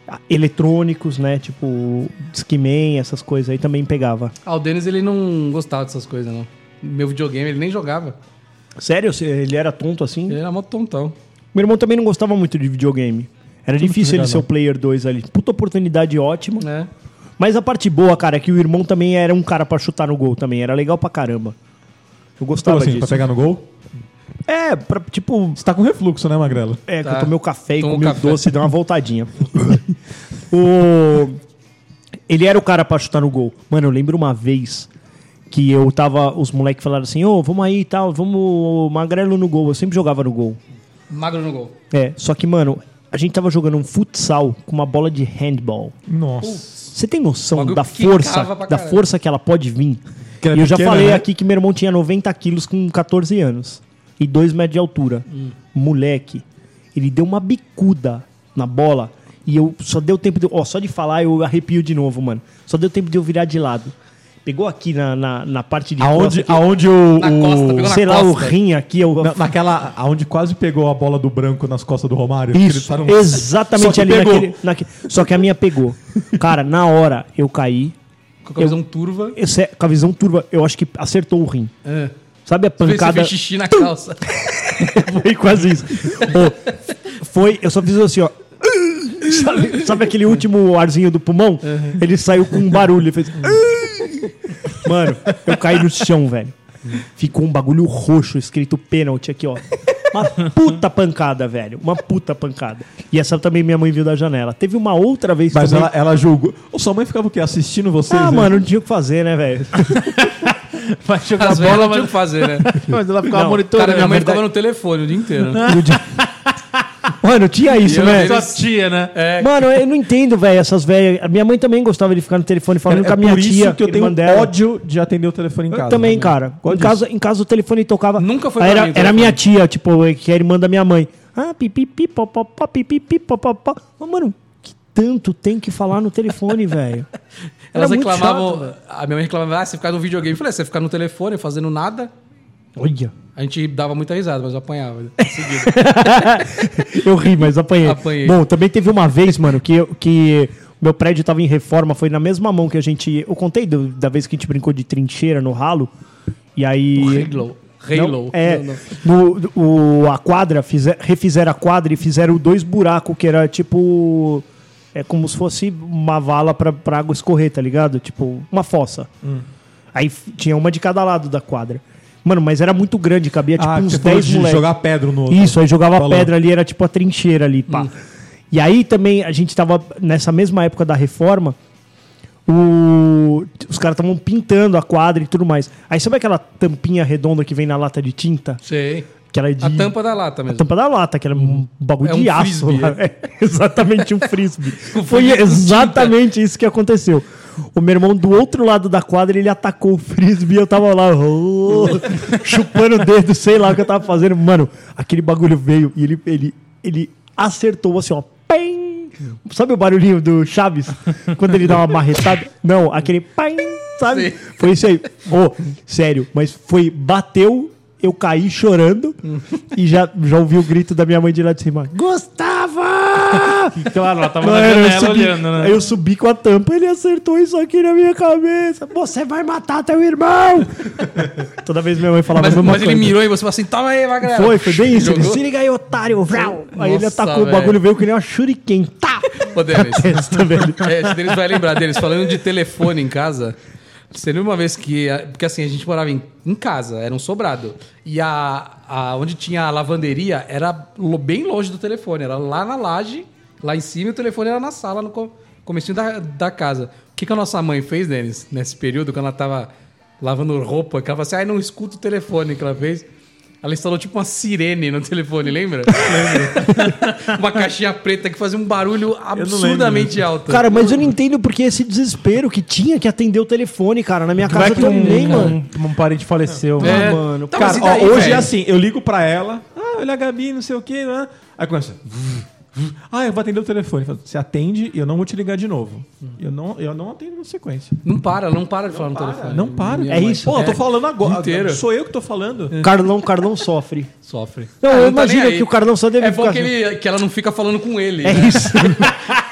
Speaker 3: a- eletrônicos, né? Tipo, Discman, essas coisas aí também pegava.
Speaker 5: Ah, o Denis, ele não gostava dessas coisas, não. Meu videogame, ele nem jogava.
Speaker 3: Sério? Você- Ele era tonto assim?
Speaker 5: Ele era mó tontão.
Speaker 3: Meu irmão também não gostava muito de videogame. Era difícil ele ser o player 2 ali. Puta oportunidade ótima.
Speaker 5: né?
Speaker 3: Mas a parte boa, cara, é que o irmão também era um cara pra chutar no gol também. Era legal pra caramba.
Speaker 2: Como
Speaker 3: Eu
Speaker 4: Tipo
Speaker 3: gostava
Speaker 2: assim, pra
Speaker 3: disso.
Speaker 2: pegar no gol?
Speaker 3: É, pra, tipo,
Speaker 2: Você tá com refluxo, né, Magrela?
Speaker 3: É,
Speaker 5: Tá.
Speaker 3: que eu tomei o café e
Speaker 5: Toma o
Speaker 3: comi o
Speaker 5: café.
Speaker 3: doce e dei uma voltadinha. o... Ele era o cara pra chutar no gol. Mano, eu lembro uma vez que eu tava. Os moleques falaram assim: ô, vamos aí e tal, vamos magrelo no gol. Eu sempre jogava no gol.
Speaker 5: Magro no gol.
Speaker 3: É, só que, mano, a gente tava jogando um futsal com uma bola de handball.
Speaker 2: Nossa.
Speaker 3: Você tem noção
Speaker 5: Bagulho
Speaker 3: da
Speaker 5: quicava
Speaker 3: força,
Speaker 5: pra
Speaker 3: da
Speaker 5: caralho.
Speaker 3: força que ela pode vir?
Speaker 2: Que era
Speaker 3: e eu já
Speaker 2: pequena,
Speaker 3: falei
Speaker 2: né?
Speaker 3: aqui que meu irmão tinha 90 quilos com 14 anos. e 2 metros de altura.
Speaker 5: Hum.
Speaker 3: Moleque, ele deu uma bicuda na bola e eu só deu tempo de. Ó, só de falar eu arrepio de novo, mano. Só deu tempo de eu virar de lado. Pegou aqui na, na, na parte de. costa
Speaker 2: Aonde,
Speaker 3: aqui,
Speaker 2: aonde o.
Speaker 5: Na costa,
Speaker 2: o-
Speaker 5: pegou na
Speaker 3: sei lá, o
Speaker 5: costa.
Speaker 3: rim aqui. Eu,
Speaker 2: na- naquela. Aonde quase pegou a bola do branco nas costas do Romário.
Speaker 3: Isso,
Speaker 2: Ele tá num- Só
Speaker 3: exatamente
Speaker 2: que
Speaker 3: ali
Speaker 2: pegou.
Speaker 3: naquele, naquele- Só que a minha pegou. Cara, na hora eu caí.
Speaker 5: Com a visão turva.
Speaker 3: Eu, sé- é, com a visão turva, eu acho que acertou o rim.
Speaker 5: É.
Speaker 3: Sabe a
Speaker 5: Fez, você
Speaker 3: pancada?
Speaker 5: fez xixi na calça.
Speaker 3: Foi quase isso. Ô, foi, eu só fiz assim, ó. Sabe, sabe aquele último arzinho do pulmão? Ele saiu com um barulho, ele fez. Mano, eu caí no chão, velho. Ficou um bagulho roxo escrito pênalti aqui, ó. Uma puta pancada, velho. Uma puta pancada. E essa também minha mãe viu da janela. Teve uma outra vez
Speaker 2: Mas
Speaker 3: também.
Speaker 2: ela, ela julgou. Ô, sua mãe ficava o quê? Assistindo vocês?
Speaker 3: Ah,
Speaker 2: né?
Speaker 3: mano, não tinha o que fazer, né, velho?
Speaker 4: Vai jogar
Speaker 5: As
Speaker 4: bola,
Speaker 5: bolas
Speaker 4: mas,
Speaker 5: tinha o que fazer, né?
Speaker 4: mas ela ficava
Speaker 3: Não,
Speaker 4: monitorando.
Speaker 5: Cara, minha mãe tá ficava
Speaker 4: verdade.
Speaker 5: no telefone o dia inteiro.
Speaker 3: Mano, tinha isso,
Speaker 5: eu
Speaker 3: né?
Speaker 5: dei- no-
Speaker 4: Sua tia, né?
Speaker 5: É,
Speaker 3: Mano, eu não entendo, velho, essas velhas. A Minha mãe também gostava de ficar no telefone
Speaker 2: Cara,
Speaker 3: falando
Speaker 2: é
Speaker 3: com a minha
Speaker 2: por
Speaker 3: tia,
Speaker 2: isso que eu tenho
Speaker 3: irmã dela.
Speaker 2: ódio de atender o telefone em casa.
Speaker 3: Eu também,
Speaker 2: né?
Speaker 3: cara.
Speaker 2: Gosto
Speaker 3: Em casa, em casa o telefone tocava.
Speaker 5: Nunca foi
Speaker 3: Aí
Speaker 5: pra
Speaker 3: era,
Speaker 5: mim o
Speaker 3: era
Speaker 5: telefone.
Speaker 3: minha tia, tipo, que era irmã da minha mãe. Ah, pipipi, popopó, pipipi, popopó. Ô, mano, que tanto tem que falar no telefone, velho? Era
Speaker 5: elas
Speaker 3: muito
Speaker 5: reclamavam.
Speaker 3: chato,
Speaker 5: a minha mãe reclamava, ah, você ficar no videogame. Eu falei, "Ah, você ficar no telefone fazendo nada.
Speaker 3: Olha.
Speaker 5: A gente dava muita risada, mas eu apanhava.
Speaker 3: Eu ri, mas apanhei.
Speaker 5: Apanhei.
Speaker 3: Bom, também teve uma vez, mano, que, eu- que meu prédio tava em reforma, foi na mesma mão que a gente. Eu contei do- da vez que a gente brincou de trincheira no ralo. E aí.
Speaker 5: Halo.
Speaker 3: Não,
Speaker 5: Halo.
Speaker 3: é,
Speaker 5: Não, não.
Speaker 3: no- o, a quadra, fizer, refizeram a quadra e fizeram dois buracos que era tipo. É como se fosse uma vala pra, pra água escorrer, tá ligado? Tipo, uma fossa.
Speaker 2: Hum.
Speaker 3: Aí f- tinha uma de cada lado da quadra. Mano, mas era muito grande, cabia tipo
Speaker 2: Ah,
Speaker 3: uns
Speaker 2: você falou
Speaker 3: 10
Speaker 2: de
Speaker 3: moleques.
Speaker 2: jogar pedra no outro.
Speaker 3: Isso, aí jogava
Speaker 2: Falou. Hum.
Speaker 3: pedra ali, era tipo a trincheira ali, pá. E aí também a gente tava nessa mesma época da reforma, o- os caras estavam pintando a quadra e tudo mais. Aí sabe aquela tampinha redonda que vem na lata de tinta?
Speaker 5: Sei.
Speaker 3: Que ela é de...
Speaker 5: A tampa da lata mesmo.
Speaker 3: tampa da lata, que era um bagulho
Speaker 5: É um
Speaker 3: de aço.
Speaker 5: frisbee,
Speaker 3: lá. É, exatamente um frisbee. Foi
Speaker 5: frisbee com
Speaker 3: exatamente isso que aconteceu. O meu irmão do outro lado da quadra, ele atacou o frisbee e eu tava lá, ô, chupando o dedo, sei lá o que eu tava fazendo. Mano, aquele bagulho veio e ele, ele, ele acertou assim, ó. Pem! Sabe o barulhinho do Chaves? Quando ele dá uma marretada? Não, aquele pem, sabe?
Speaker 5: Sim.
Speaker 3: Foi isso aí. Ô, sério, mas foi, bateu, eu caí chorando e já, já ouvi o grito da minha mãe de lá de cima. Gustavo!
Speaker 4: Claro, ela tava
Speaker 3: Mano,
Speaker 4: na
Speaker 3: eu
Speaker 4: janela
Speaker 3: subi,
Speaker 4: olhando, né?
Speaker 3: aí eu subi com a tampa, ele acertou isso aqui na minha cabeça. Você vai matar teu irmão! Toda vez minha mãe falava
Speaker 5: Mas,
Speaker 3: a mesma
Speaker 5: mas ele
Speaker 3: coisa.
Speaker 5: mirou e você falou assim: toma aí, magrela.
Speaker 3: Foi, foi bem isso. Ele,
Speaker 5: Jogou.
Speaker 3: se liga aí, otário. Vrau. Aí ele
Speaker 5: Nossa,
Speaker 3: atacou
Speaker 5: velho.
Speaker 3: o bagulho, veio que nem uma shuriken. Tá!
Speaker 5: Ô, Denis,
Speaker 3: Testa, velho.
Speaker 5: É, esse deles vai lembrar deles. Falando de telefone em casa, você lembra uma vez que. a- Porque assim, a gente morava em, em casa, era um sobrado. E a, a- onde tinha a lavanderia era lo- bem longe do telefone, era lá na laje, lá em cima, e o telefone era na sala, no co- comecinho da, da casa. O que, que a nossa mãe fez, Denis, nesse período, quando ela tava lavando roupa, que ela falou assim: ai, não escuta o telefone que ela fez. Ela instalou tipo uma sirene no telefone, lembra? Lembra? uma caixinha preta que fazia um barulho absurdamente alto.
Speaker 3: Cara, mas eu não entendo porque esse desespero que tinha que atender o telefone, cara. Na minha
Speaker 4: Como
Speaker 3: casa
Speaker 4: é
Speaker 3: eu
Speaker 4: que um,
Speaker 3: também, mano. Ah,
Speaker 4: um, um parente faleceu?
Speaker 5: É.
Speaker 4: mano?
Speaker 3: mano,
Speaker 5: Tá,
Speaker 2: Cara,
Speaker 5: mas e
Speaker 2: ó,
Speaker 5: daí,
Speaker 2: hoje
Speaker 5: velho?
Speaker 2: é assim, eu ligo pra ela, ah, olha a Gabi, não sei o quê, né? Aí começa. Ah, eu vou atender o telefone. Eu falo, Você atende e eu não vou te ligar de novo. Eu não, eu não atendo na sequência.
Speaker 5: Não para, ela não para de falar no
Speaker 2: Cara,
Speaker 5: telefone.
Speaker 2: não para.
Speaker 5: Minha
Speaker 3: É
Speaker 5: mãe
Speaker 3: isso.
Speaker 2: Pô, eu tô falando agora.
Speaker 5: Inteiro.
Speaker 2: Sou eu que tô falando.
Speaker 3: Carlão, Carlão sofre.
Speaker 5: Sofre.
Speaker 3: Não,
Speaker 5: Ah,
Speaker 3: eu
Speaker 5: tá
Speaker 3: imagino
Speaker 5: nem aí.
Speaker 3: que o Carlão só deve
Speaker 5: É bom
Speaker 3: ficar
Speaker 5: que, ele, que ela não fica falando com ele.
Speaker 3: É
Speaker 5: né?
Speaker 3: isso.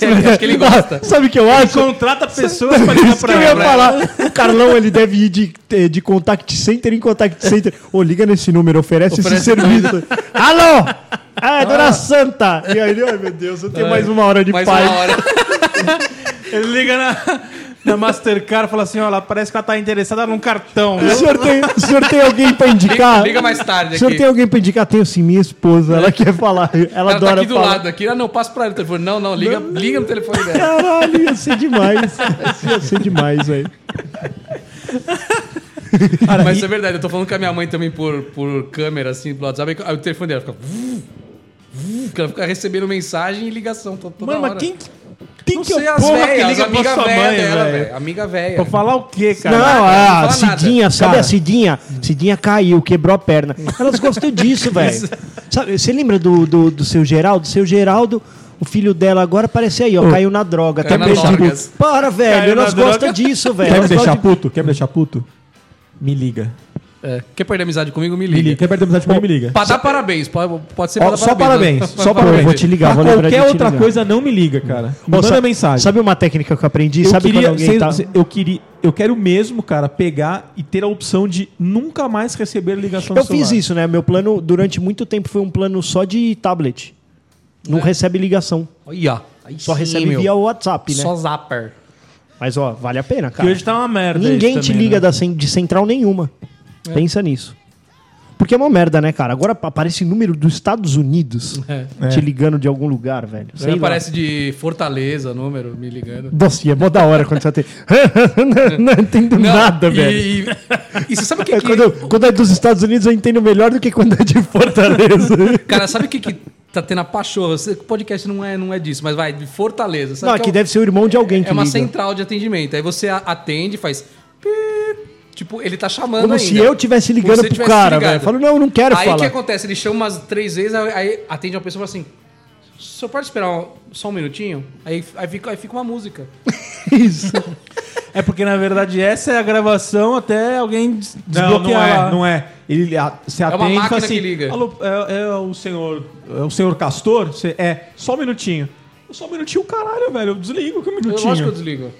Speaker 5: É, acho que ele gosta.
Speaker 3: Sabe o que eu acho?
Speaker 4: Contrata pessoas pra ligar
Speaker 3: Isso que
Speaker 4: pra
Speaker 3: eu ia
Speaker 4: ela.
Speaker 5: né?
Speaker 3: falar. O Carlão, ele deve ir de, eh, de contact center em contact center. Ô, liga nesse número, oferece, esse
Speaker 5: Oferece
Speaker 3: serviço. Alô! Ah, é Dona Santa! E aí, ele, ai meu Deus, eu tenho mais uma hora de
Speaker 5: Mais
Speaker 3: paz.
Speaker 5: uma hora.
Speaker 4: Ele liga na, na Mastercard e fala assim: olha, parece que ela tá interessada num cartão.
Speaker 3: O senhor, tem, o senhor tem alguém pra indicar?
Speaker 5: Liga- liga mais tarde
Speaker 3: O senhor
Speaker 5: aqui. É.
Speaker 3: tem alguém pra indicar? Tenho sim, minha esposa. Ela quer falar. Ela,
Speaker 5: Ela tá
Speaker 3: adora
Speaker 5: aqui do
Speaker 3: falar.
Speaker 5: lado. Aqui. Ah, não, passa pra ela o telefone. Não, não, liga, liga no telefone dela.
Speaker 3: Caralho, ia ser demais. Isso ia ser demais, velho.
Speaker 5: Mas isso é verdade. Eu tô falando com a minha mãe também por, por câmera, assim, pelo WhatsApp. Aí o telefone dela fica... Porque ela fica recebendo mensagem e ligação to- toda
Speaker 4: Mano,
Speaker 5: hora.
Speaker 4: mas quem. que-
Speaker 3: Quem
Speaker 5: Não
Speaker 3: que
Speaker 5: sei
Speaker 3: é o
Speaker 5: as
Speaker 3: porra que
Speaker 5: velhas,
Speaker 4: liga pra
Speaker 5: amiga
Speaker 4: sua
Speaker 5: velha
Speaker 4: mãe,
Speaker 5: dela,
Speaker 4: velho?
Speaker 5: velho. Amiga velha.
Speaker 4: Pra falar o quê, cara?
Speaker 3: Não,
Speaker 5: Caraca,
Speaker 3: a
Speaker 5: não fala
Speaker 3: Cidinha, sabe
Speaker 5: Cara.
Speaker 3: a Cidinha? Cidinha caiu, quebrou a perna. Elas gostam disso, velho. Sabe, Você lembra do, do, do seu Geraldo? Seu Geraldo, o filho dela agora parece aí, ó, caiu na droga. Até
Speaker 5: Caiu na
Speaker 3: perdido.
Speaker 5: drogas.
Speaker 3: Para, velho,
Speaker 4: Caiu
Speaker 3: elas
Speaker 4: na
Speaker 3: gostam
Speaker 4: droga.
Speaker 3: disso, velho.
Speaker 2: Quer me
Speaker 3: Elas
Speaker 2: deixar
Speaker 3: gostam de-
Speaker 2: puto? Quer me deixar puto? Me liga.
Speaker 5: É. Quer perder amizade comigo? Me
Speaker 2: Me liga.
Speaker 5: liga.
Speaker 2: Quer perder amizade comigo? Me liga.
Speaker 5: Pra dar parabéns, pode, pode ser
Speaker 2: Ó, só parabéns.
Speaker 5: né?
Speaker 2: Só
Speaker 3: Pô, eu
Speaker 2: parabéns.
Speaker 3: vou te ligar,
Speaker 2: Pra
Speaker 3: vou lembrar de
Speaker 2: qualquer
Speaker 3: te
Speaker 2: outra
Speaker 3: ligar.
Speaker 2: coisa, não me liga, cara.
Speaker 3: Ô,
Speaker 2: Manda
Speaker 3: sa-
Speaker 2: mensagem.
Speaker 3: Sabe uma técnica que eu aprendi?
Speaker 2: eu
Speaker 3: sabe quando
Speaker 2: queria,
Speaker 3: alguém
Speaker 2: cês-
Speaker 3: tá...
Speaker 2: cê- eu queria, eu quero mesmo, cara, pegar e ter a opção de nunca mais receber ligação
Speaker 3: Eu
Speaker 2: do
Speaker 3: fiz
Speaker 2: celular.
Speaker 3: isso, né? Meu plano durante muito tempo foi um plano só de tablet. Não recebe ligação.
Speaker 5: Olha, aí
Speaker 3: Só
Speaker 5: sim,
Speaker 3: recebe
Speaker 5: meu.
Speaker 3: via WhatsApp, né?
Speaker 5: Só zapper.
Speaker 3: Mas, ó, vale a pena,
Speaker 4: Que
Speaker 3: cara.
Speaker 4: hoje tá uma merda.
Speaker 3: Ninguém
Speaker 4: isso
Speaker 3: te
Speaker 4: também,
Speaker 3: liga
Speaker 4: né?
Speaker 3: da cen- de central nenhuma. Pensa nisso. Porque é uma merda, né, cara? Agora aparece número dos Estados Unidos
Speaker 5: É.
Speaker 3: te ligando de algum lugar, velho.
Speaker 5: Aí
Speaker 3: Sei lá.
Speaker 5: aparece de Fortaleza, número, me ligando.
Speaker 3: Nossa, e é mó da hora quando você tem. não, não entendo
Speaker 5: Não,
Speaker 3: nada,
Speaker 5: e,
Speaker 3: velho.
Speaker 5: E, e você sabe o que,
Speaker 3: É
Speaker 5: que-
Speaker 3: quando, eu- quando é dos Estados Unidos eu entendo melhor do que quando é de Fortaleza.
Speaker 5: Cara, sabe o que, que tá tendo a pachorra? Esse podcast não é, não é disso, mas vai, de Fortaleza. Sabe
Speaker 3: não,
Speaker 5: é
Speaker 3: aqui
Speaker 5: um-
Speaker 3: deve ser o irmão de alguém que
Speaker 5: É uma
Speaker 3: liga.
Speaker 5: central de atendimento. Aí você a- atende, faz... pi, Tipo, ele tá chamando
Speaker 3: Como
Speaker 5: ainda.
Speaker 3: se eu tivesse ligando
Speaker 5: Você
Speaker 3: pro
Speaker 5: tivesse
Speaker 3: cara,
Speaker 5: ligado.
Speaker 3: velho. Eu falo, não, eu não quero
Speaker 5: aí o que
Speaker 3: falar.
Speaker 5: acontece? Ele chama umas três vezes, aí- aí atende uma pessoa e fala assim: só pode esperar um- só um minutinho? Aí, aí, fica, aí fica uma música.
Speaker 3: Isso.
Speaker 4: É porque, na verdade, essa é a gravação até alguém des-
Speaker 2: Não, não
Speaker 4: desbloquear.
Speaker 2: é,
Speaker 4: lá.
Speaker 2: não é. Ele a, se
Speaker 5: uma
Speaker 2: atende e fala
Speaker 5: máquina
Speaker 2: assim,
Speaker 5: que liga.
Speaker 2: Alô, é, é o senhor, é o senhor Castor? Você- é, só um minutinho. Só um minutinho, caralho, velho. Eu desligo que um
Speaker 5: Eu,
Speaker 2: minutinho.
Speaker 5: lógico que eu desligo.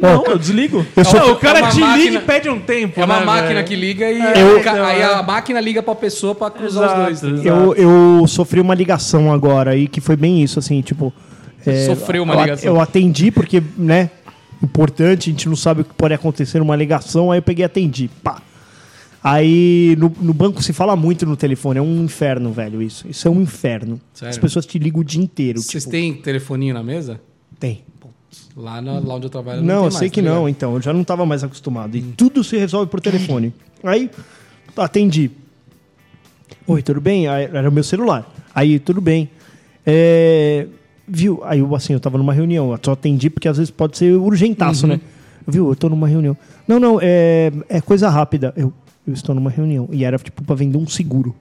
Speaker 2: Não, eu desligo.
Speaker 3: Eu sou-
Speaker 4: Não, o cara
Speaker 5: É uma
Speaker 4: te liga
Speaker 5: máquina-
Speaker 4: e pede um tempo.
Speaker 5: É uma
Speaker 4: né,
Speaker 5: máquina
Speaker 4: velho?
Speaker 5: que liga e
Speaker 4: É,
Speaker 5: ca-
Speaker 4: então,
Speaker 5: aí
Speaker 4: é.
Speaker 5: a máquina liga pra pessoa pra cruzar os
Speaker 4: Exato,
Speaker 5: dois.
Speaker 4: exato.
Speaker 3: Eu, eu sofri uma ligação agora aí que foi bem isso, assim, tipo. é,
Speaker 5: Sofreu uma
Speaker 3: eu a-
Speaker 5: ligação.
Speaker 3: Eu atendi porque, né? Importante, a gente não sabe o que pode acontecer numa ligação, aí eu peguei e atendi. Pá. Aí no, no banco se fala muito no telefone, é um inferno, velho, isso. Isso é um inferno.
Speaker 5: Sério?
Speaker 3: As pessoas te ligam o dia inteiro.
Speaker 5: Vocês
Speaker 3: tipo,
Speaker 5: têm telefoninho na mesa?
Speaker 3: tem.
Speaker 5: Lá, na, lá onde eu trabalho.
Speaker 3: Não,
Speaker 5: tem
Speaker 3: eu sei
Speaker 5: mais,
Speaker 3: que
Speaker 5: tá
Speaker 3: não,
Speaker 5: ligado?
Speaker 3: então. Eu já não tava mais acostumado. E tudo se resolve por telefone. Aí, atendi. Oi, tudo bem? Aí, era o meu celular. Aí, tudo bem. É, viu? Aí, eu, assim, eu tava numa reunião. Eu só atendi porque às vezes pode ser urgentaço,
Speaker 5: Uhum.
Speaker 3: né? Viu? Eu tô numa reunião. Não, não, é, é coisa rápida. Eu, eu estou numa reunião. E era, tipo, pra vender um seguro.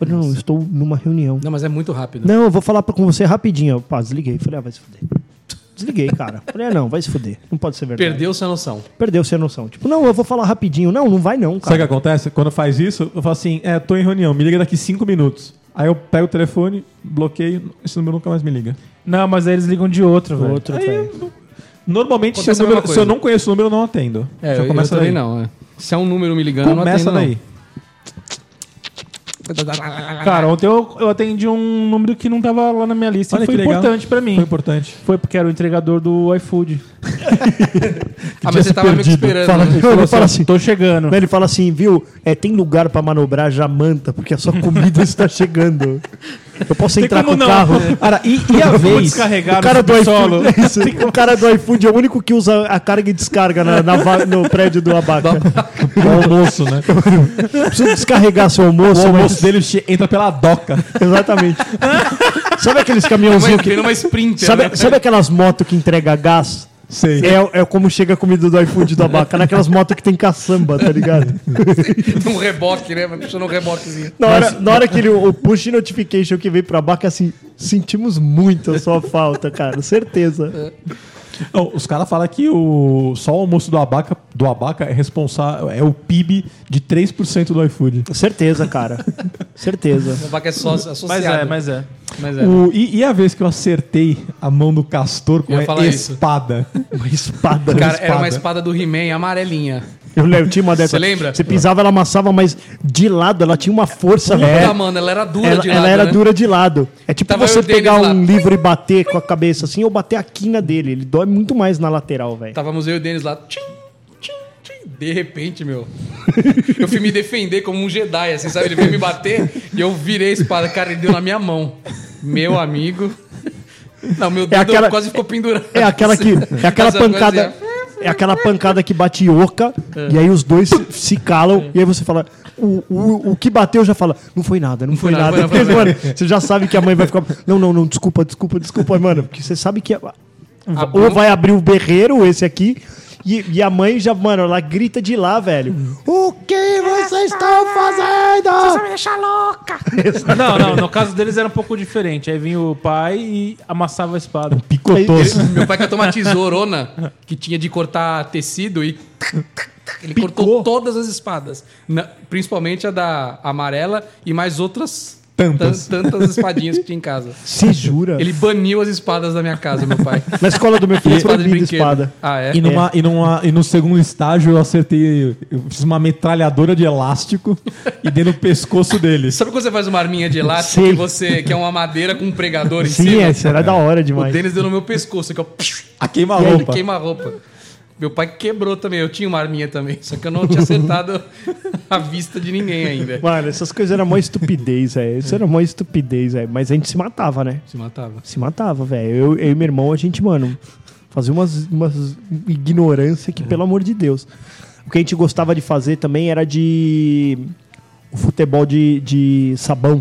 Speaker 3: Eu, não, eu estou numa reunião.
Speaker 5: Não, mas é muito rápido.
Speaker 3: Não, eu vou falar pra- com você rapidinho. Eu, pá, desliguei. Falei, ah, vai se fuder. Desliguei, cara. Falei, ah, não, vai se fuder. Não pode ser verdade.
Speaker 5: Perdeu sua noção.
Speaker 3: Perdeu-se a noção. Tipo, não, eu vou falar rapidinho. Não, não vai não,
Speaker 2: Sabe o que
Speaker 3: cara.
Speaker 2: acontece? Quando faz isso, eu falo assim, é, tô em reunião, me liga daqui cinco minutos. Aí eu pego o telefone, bloqueio, esse número nunca mais me liga.
Speaker 4: Não, mas aí eles ligam de outro, velho.
Speaker 3: Outro,
Speaker 2: Aí,
Speaker 3: velho.
Speaker 2: Normalmente, se,
Speaker 5: Acontece
Speaker 2: o
Speaker 5: a
Speaker 2: número-
Speaker 5: mesma
Speaker 2: se
Speaker 5: coisa.
Speaker 2: eu não conheço o número, eu não atendo.
Speaker 5: É,
Speaker 2: Já
Speaker 5: eu, eu
Speaker 2: começa
Speaker 5: também
Speaker 2: daí.
Speaker 5: não. é. Se é um número me ligando,
Speaker 2: Começa
Speaker 5: eu não
Speaker 2: daí.
Speaker 5: atendo, não.
Speaker 4: Cara, ontem eu, eu atendi um número que não tava lá na minha lista
Speaker 2: Olha
Speaker 4: e foi
Speaker 2: que legal.
Speaker 4: importante pra mim.
Speaker 2: Foi importante.
Speaker 4: Foi porque era o entregador do iFood.
Speaker 5: Ah, mas você tava meio que esperando.
Speaker 3: Fala,
Speaker 5: né?
Speaker 3: não, ele fala
Speaker 4: assim,
Speaker 3: assim.
Speaker 4: tô chegando.
Speaker 3: Ele fala assim, viu? É, tem lugar pra manobrar já manta, porque a sua comida está chegando. Eu posso entrar com
Speaker 4: como não.
Speaker 3: o carro.
Speaker 2: Cara, e, e a
Speaker 4: Eu vou
Speaker 2: vez...
Speaker 4: descarregar
Speaker 3: o cara, do
Speaker 4: no solo.
Speaker 3: iFood, o cara do iFood é o único que usa a carga e descarga na- na va- no prédio do Abaca.
Speaker 2: O almoço, né?
Speaker 3: Preciso descarregar seu almoço.
Speaker 2: O
Speaker 3: mas-
Speaker 2: almoço dele che- tá entra pela doca.
Speaker 3: Exatamente. Sabe aqueles caminhãozinhos
Speaker 5: Mas
Speaker 3: que.
Speaker 5: vem numa sprinter. né?
Speaker 3: Sabe, sabe aquelas motos que entrega gás?
Speaker 2: um Sei.
Speaker 3: É, é como chega a comida do iFood da vaca, naquelas motos que tem caçamba, tá ligado?
Speaker 5: Num reboque, né? Vai puxando um reboquezinho.
Speaker 3: Na hora, na hora que ele, o push notification que veio pra vaca, assim, sentimos muito a sua falta, cara, certeza.
Speaker 2: Não, os caras falam que o, só o almoço do abaca, do abaca é responsável, é o PIB de 3% do iFood.
Speaker 3: Certeza, cara, certeza.
Speaker 5: O vaca é só associado.
Speaker 4: Mas é, mas é.
Speaker 5: Mas é.
Speaker 2: O- e, e a vez que eu acertei a mão do castor com
Speaker 5: Eu ia
Speaker 2: a
Speaker 5: falar isso.
Speaker 2: espada?
Speaker 3: Uma é espada.
Speaker 5: Cara, era uma
Speaker 2: espada.
Speaker 5: espada do He-Man amarelinha.
Speaker 3: Eu, lembro, eu tinha uma dessa.
Speaker 5: Você lembra?
Speaker 3: Você pisava, ela amassava, mas de lado, ela tinha uma força,
Speaker 5: Puta,
Speaker 3: velho.
Speaker 5: mano, ela era dura
Speaker 3: É. Ela,
Speaker 5: de
Speaker 3: ela
Speaker 5: lado,
Speaker 3: era
Speaker 5: né?
Speaker 3: dura de lado. É tipo
Speaker 5: Tava
Speaker 3: você
Speaker 5: eu e o Denis
Speaker 3: pegar
Speaker 5: lá.
Speaker 3: um livro e bater com a cabeça assim ou bater a quina dele. Ele dói muito mais na lateral, velho.
Speaker 5: Távamos eu e o Denis lá. Tchim, tchim, tchim. De repente, meu. eu fui me defender como um Jedi, assim, sabe? Ele veio me bater e eu virei a espada. Cara, ele deu na minha mão. Meu amigo. Não, meu dedo
Speaker 3: aquela-
Speaker 5: quase ficou pendurado.
Speaker 3: É aquela que. É aquela
Speaker 5: Mas eu
Speaker 3: pancada.
Speaker 5: quase-
Speaker 3: É aquela pancada que bate oca, e aí os dois se, se calam, e
Speaker 5: É.
Speaker 3: aí você fala. O, o, o que bateu já fala, não foi nada, não, foi, nada.
Speaker 5: foi nada, foi nada.
Speaker 3: Porque, mano, você já sabe que a mãe vai ficar. Não, não, não, desculpa, desculpa, desculpa, mano. Porque você sabe que. a- ou vai abrir o berreiro, esse aqui. E, e a mãe já, mano, ela grita de lá, velho. O que vocês estão fazendo?
Speaker 4: Não, não, no caso deles era um pouco diferente. Aí vinha o pai e amassava a espada.
Speaker 3: Picotoso.
Speaker 5: Meu pai catou uma tesourona que tinha de cortar tecido e. Ele cortou todas as espadas. Na- principalmente a da amarela e mais outras.
Speaker 2: Tantas.
Speaker 5: tan- tantas espadinhas que tinha em casa.
Speaker 3: Você jura?
Speaker 5: Ele baniu as espadas da minha casa, meu pai.
Speaker 3: Na escola do meu filho,
Speaker 5: Espada de
Speaker 3: proibido
Speaker 5: brinquedo.
Speaker 3: espada.
Speaker 5: Ah, é?
Speaker 2: E, numa, e, numa, e no segundo estágio eu acertei. Eu fiz uma metralhadora de elástico e dei no pescoço deles.
Speaker 5: Sabe quando você faz uma arminha de elástico
Speaker 3: Sei.
Speaker 5: que você que é uma madeira com um pregador em
Speaker 3: Sim,
Speaker 5: cima?
Speaker 3: é, será da hora demais.
Speaker 5: O Denis deu no meu pescoço, que eu
Speaker 2: A queima
Speaker 5: ele
Speaker 2: roupa.
Speaker 5: queima a roupa. Meu pai quebrou também, eu tinha uma arminha também, só que eu não tinha acertado a vista de ninguém ainda.
Speaker 3: Mano, essas coisas eram mó estupidez, velho. Isso era mó estupidez, velho. Mas a gente se matava, né?
Speaker 5: Se matava.
Speaker 3: Se matava, velho. Eu, eu e meu irmão, a gente, mano, fazia umas, umas ignorância que, pelo amor de Deus. O que a gente gostava de fazer também era de. o futebol de, de sabão.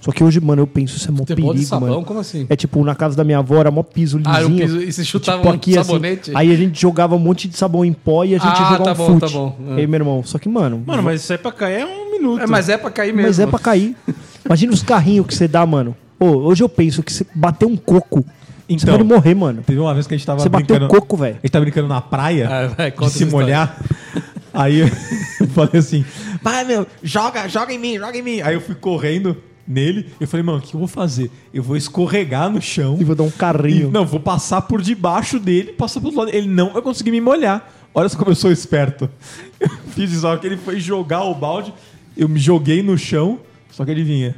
Speaker 3: Só que hoje, mano, eu penso isso é mó
Speaker 5: Futebol
Speaker 3: perigo,
Speaker 5: de sabão?
Speaker 3: mano.
Speaker 5: Como assim?
Speaker 3: É tipo, na casa da minha avó era mó piso lisinho.
Speaker 5: Ah, eu piso, e você chutava
Speaker 3: Tipo,
Speaker 5: um
Speaker 3: aqui, assim,
Speaker 5: sabonete?
Speaker 3: aí a gente jogava um monte de sabão em pó e a gente
Speaker 5: Ah,
Speaker 3: jogava
Speaker 5: tá
Speaker 3: um
Speaker 5: bom,
Speaker 3: fute.
Speaker 5: tá bom. É.
Speaker 3: Aí, meu irmão, só que, mano...
Speaker 4: Mano, mas isso aí pra cair é um minuto.
Speaker 5: É, mas é pra cair mesmo.
Speaker 3: Mas é pra cair. Imagina os carrinhos que você dá, mano. Ô, hoje eu penso que se bater um coco, você
Speaker 2: Então.
Speaker 3: pode morrer, mano.
Speaker 2: Teve uma vez que a gente tava
Speaker 3: Você bateu
Speaker 2: brincando.
Speaker 3: coco, velho.
Speaker 2: A gente tava brincando na praia
Speaker 5: Ah, vai,
Speaker 2: de
Speaker 5: conta
Speaker 2: se
Speaker 5: essa história.
Speaker 2: molhar. Aí eu falei assim: vai, meu, joga, joga em mim, joga em mim. Aí eu fui correndo nele. Eu falei, mano, o que eu vou fazer? Eu vou escorregar no chão.
Speaker 3: E vou dar um carrinho.
Speaker 2: E- não, vou passar por debaixo dele, passar pro outro lado. Ele não vai conseguir me molhar. Olha só como eu sou esperto. Eu fiz isso, só que ele foi jogar o balde, eu me joguei no chão, só que adivinha.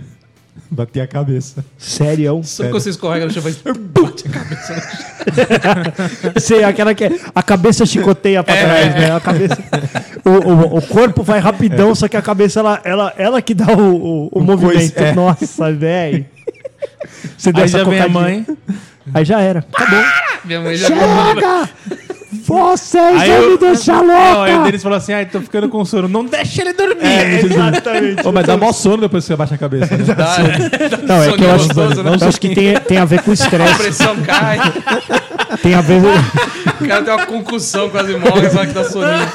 Speaker 2: Bati a cabeça.
Speaker 3: Sério.
Speaker 5: Só que você escorrega no chão e faz... bate a cabeça no chão.
Speaker 3: Sei, aquela que é- a cabeça chicoteia pra trás, né? A cabeça... o, o- o corpo vai rapidão, só que a cabeça, ela, ela, ela que dá o, o- o movimento.
Speaker 2: coice, é.
Speaker 3: Nossa, velho. Você deu
Speaker 4: Aí
Speaker 3: essa
Speaker 4: já vem a
Speaker 3: cocadinha.
Speaker 4: mãe.
Speaker 3: Aí já era. Tá Acabou.
Speaker 5: Minha mãe já...
Speaker 3: Chega! Vocês
Speaker 4: Aí
Speaker 3: vão
Speaker 4: eu-
Speaker 3: me deixar
Speaker 4: Não, aí o
Speaker 3: louca!
Speaker 4: Denis falou assim: ai, tô ficando com sono. Não deixa ele dormir.
Speaker 3: exatamente.
Speaker 2: Ô, mas dá mó sono depois que você abaixa a cabeça. né?
Speaker 5: Dá,
Speaker 3: Não, é que eu acho,
Speaker 5: Sono gostoso, né?
Speaker 3: eu acho que tem, tem a ver com
Speaker 5: A
Speaker 3: estresse.
Speaker 5: pressão cai,
Speaker 3: Tem a ver.
Speaker 5: o cara tem uma concussão quase morre, só que tá soninho.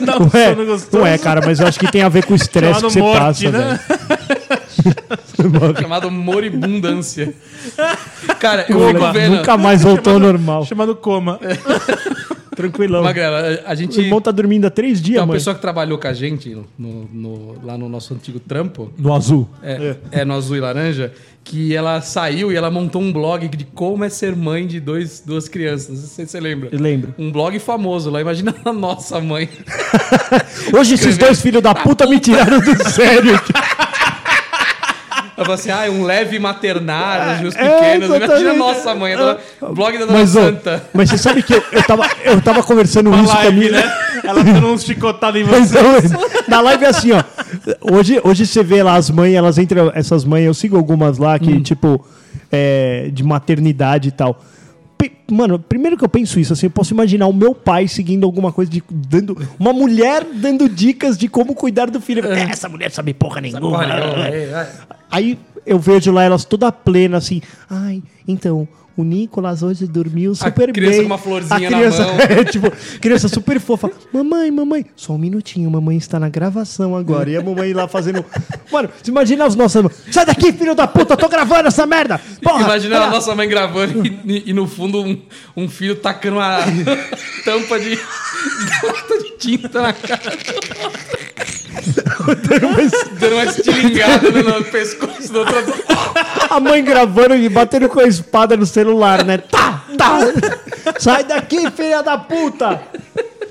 Speaker 4: Dá um
Speaker 3: Ué,
Speaker 4: sono gostoso.
Speaker 3: não é, cara, mas eu acho que tem a ver com o estresse
Speaker 4: Chamado
Speaker 3: que você
Speaker 4: morte,
Speaker 3: passa,
Speaker 4: né?
Speaker 3: velho.
Speaker 5: Chamado moribundância. Cara, eu fico
Speaker 3: Nunca,
Speaker 5: vendo...
Speaker 3: nunca mais voltou ao normal.
Speaker 4: Chamado coma.
Speaker 3: Tranquilão.
Speaker 5: Magrela, a- a gente...
Speaker 3: O irmão tá dormindo há três
Speaker 5: Tem
Speaker 3: dias,
Speaker 5: uma
Speaker 3: mano.
Speaker 5: pessoa que trabalhou com a gente no- no- lá no nosso antigo trampo,
Speaker 2: No azul.
Speaker 5: é, é no Azul e Laranja, que ela saiu e ela montou um blog de como é ser mãe de dois, duas crianças. Não sei se você lembra.
Speaker 3: Eu lembro.
Speaker 5: Um blog famoso lá. Imagina a nossa mãe.
Speaker 3: Hoje esses dois filhos
Speaker 5: Tá
Speaker 3: da puta me tiraram do sério.
Speaker 5: Ela falou assim: ah, é um leve maternário, os meus
Speaker 3: É,
Speaker 5: pequenos. Imagina a
Speaker 3: exatamente. Ah.
Speaker 5: nossa mãe. Ela, blog da Dona
Speaker 3: Mas, ô,
Speaker 5: Santa. né?
Speaker 3: mas você sabe que eu, eu, tava, eu tava conversando isso com a minha.
Speaker 4: né?
Speaker 2: né?
Speaker 4: Ela dando uns chicotados em
Speaker 3: Mas,
Speaker 4: você.
Speaker 3: ô, na live é assim, ó. Hoje, hoje você vê lá as mães, elas entram. Essas mães, eu sigo algumas lá
Speaker 5: Hum.
Speaker 3: que, tipo, é, de maternidade e tal. Pe- Mano, primeiro que eu penso isso, assim, eu posso imaginar o meu pai seguindo alguma coisa de. dando Uma mulher dando dicas de como cuidar do filho. É, Essa mulher sabe porra nenhuma. né?
Speaker 5: é,
Speaker 3: Aí eu vejo lá elas toda plena, assim. Ai, então, o Nicolas hoje dormiu super
Speaker 5: criança
Speaker 3: bem.
Speaker 5: com uma florzinha na
Speaker 3: criança-
Speaker 5: mão.
Speaker 3: É, tipo, criança super fofa. Mamãe, mamãe, só um minutinho, mamãe está na gravação agora. E a mamãe lá fazendo. Mano, você imagina as nossas. Sai daqui, filho da puta, tô gravando essa merda! Porra!
Speaker 5: Imagina
Speaker 3: Ah,
Speaker 5: a nossa mãe gravando e, e no fundo um, um filho tacando uma tampa de, de lata de tinta na cara. Dando uma estilingada no, no pescoço do outro.
Speaker 3: A mãe gravando e batendo com a espada no celular, né? Tá, tá! Sai daqui, filha da puta!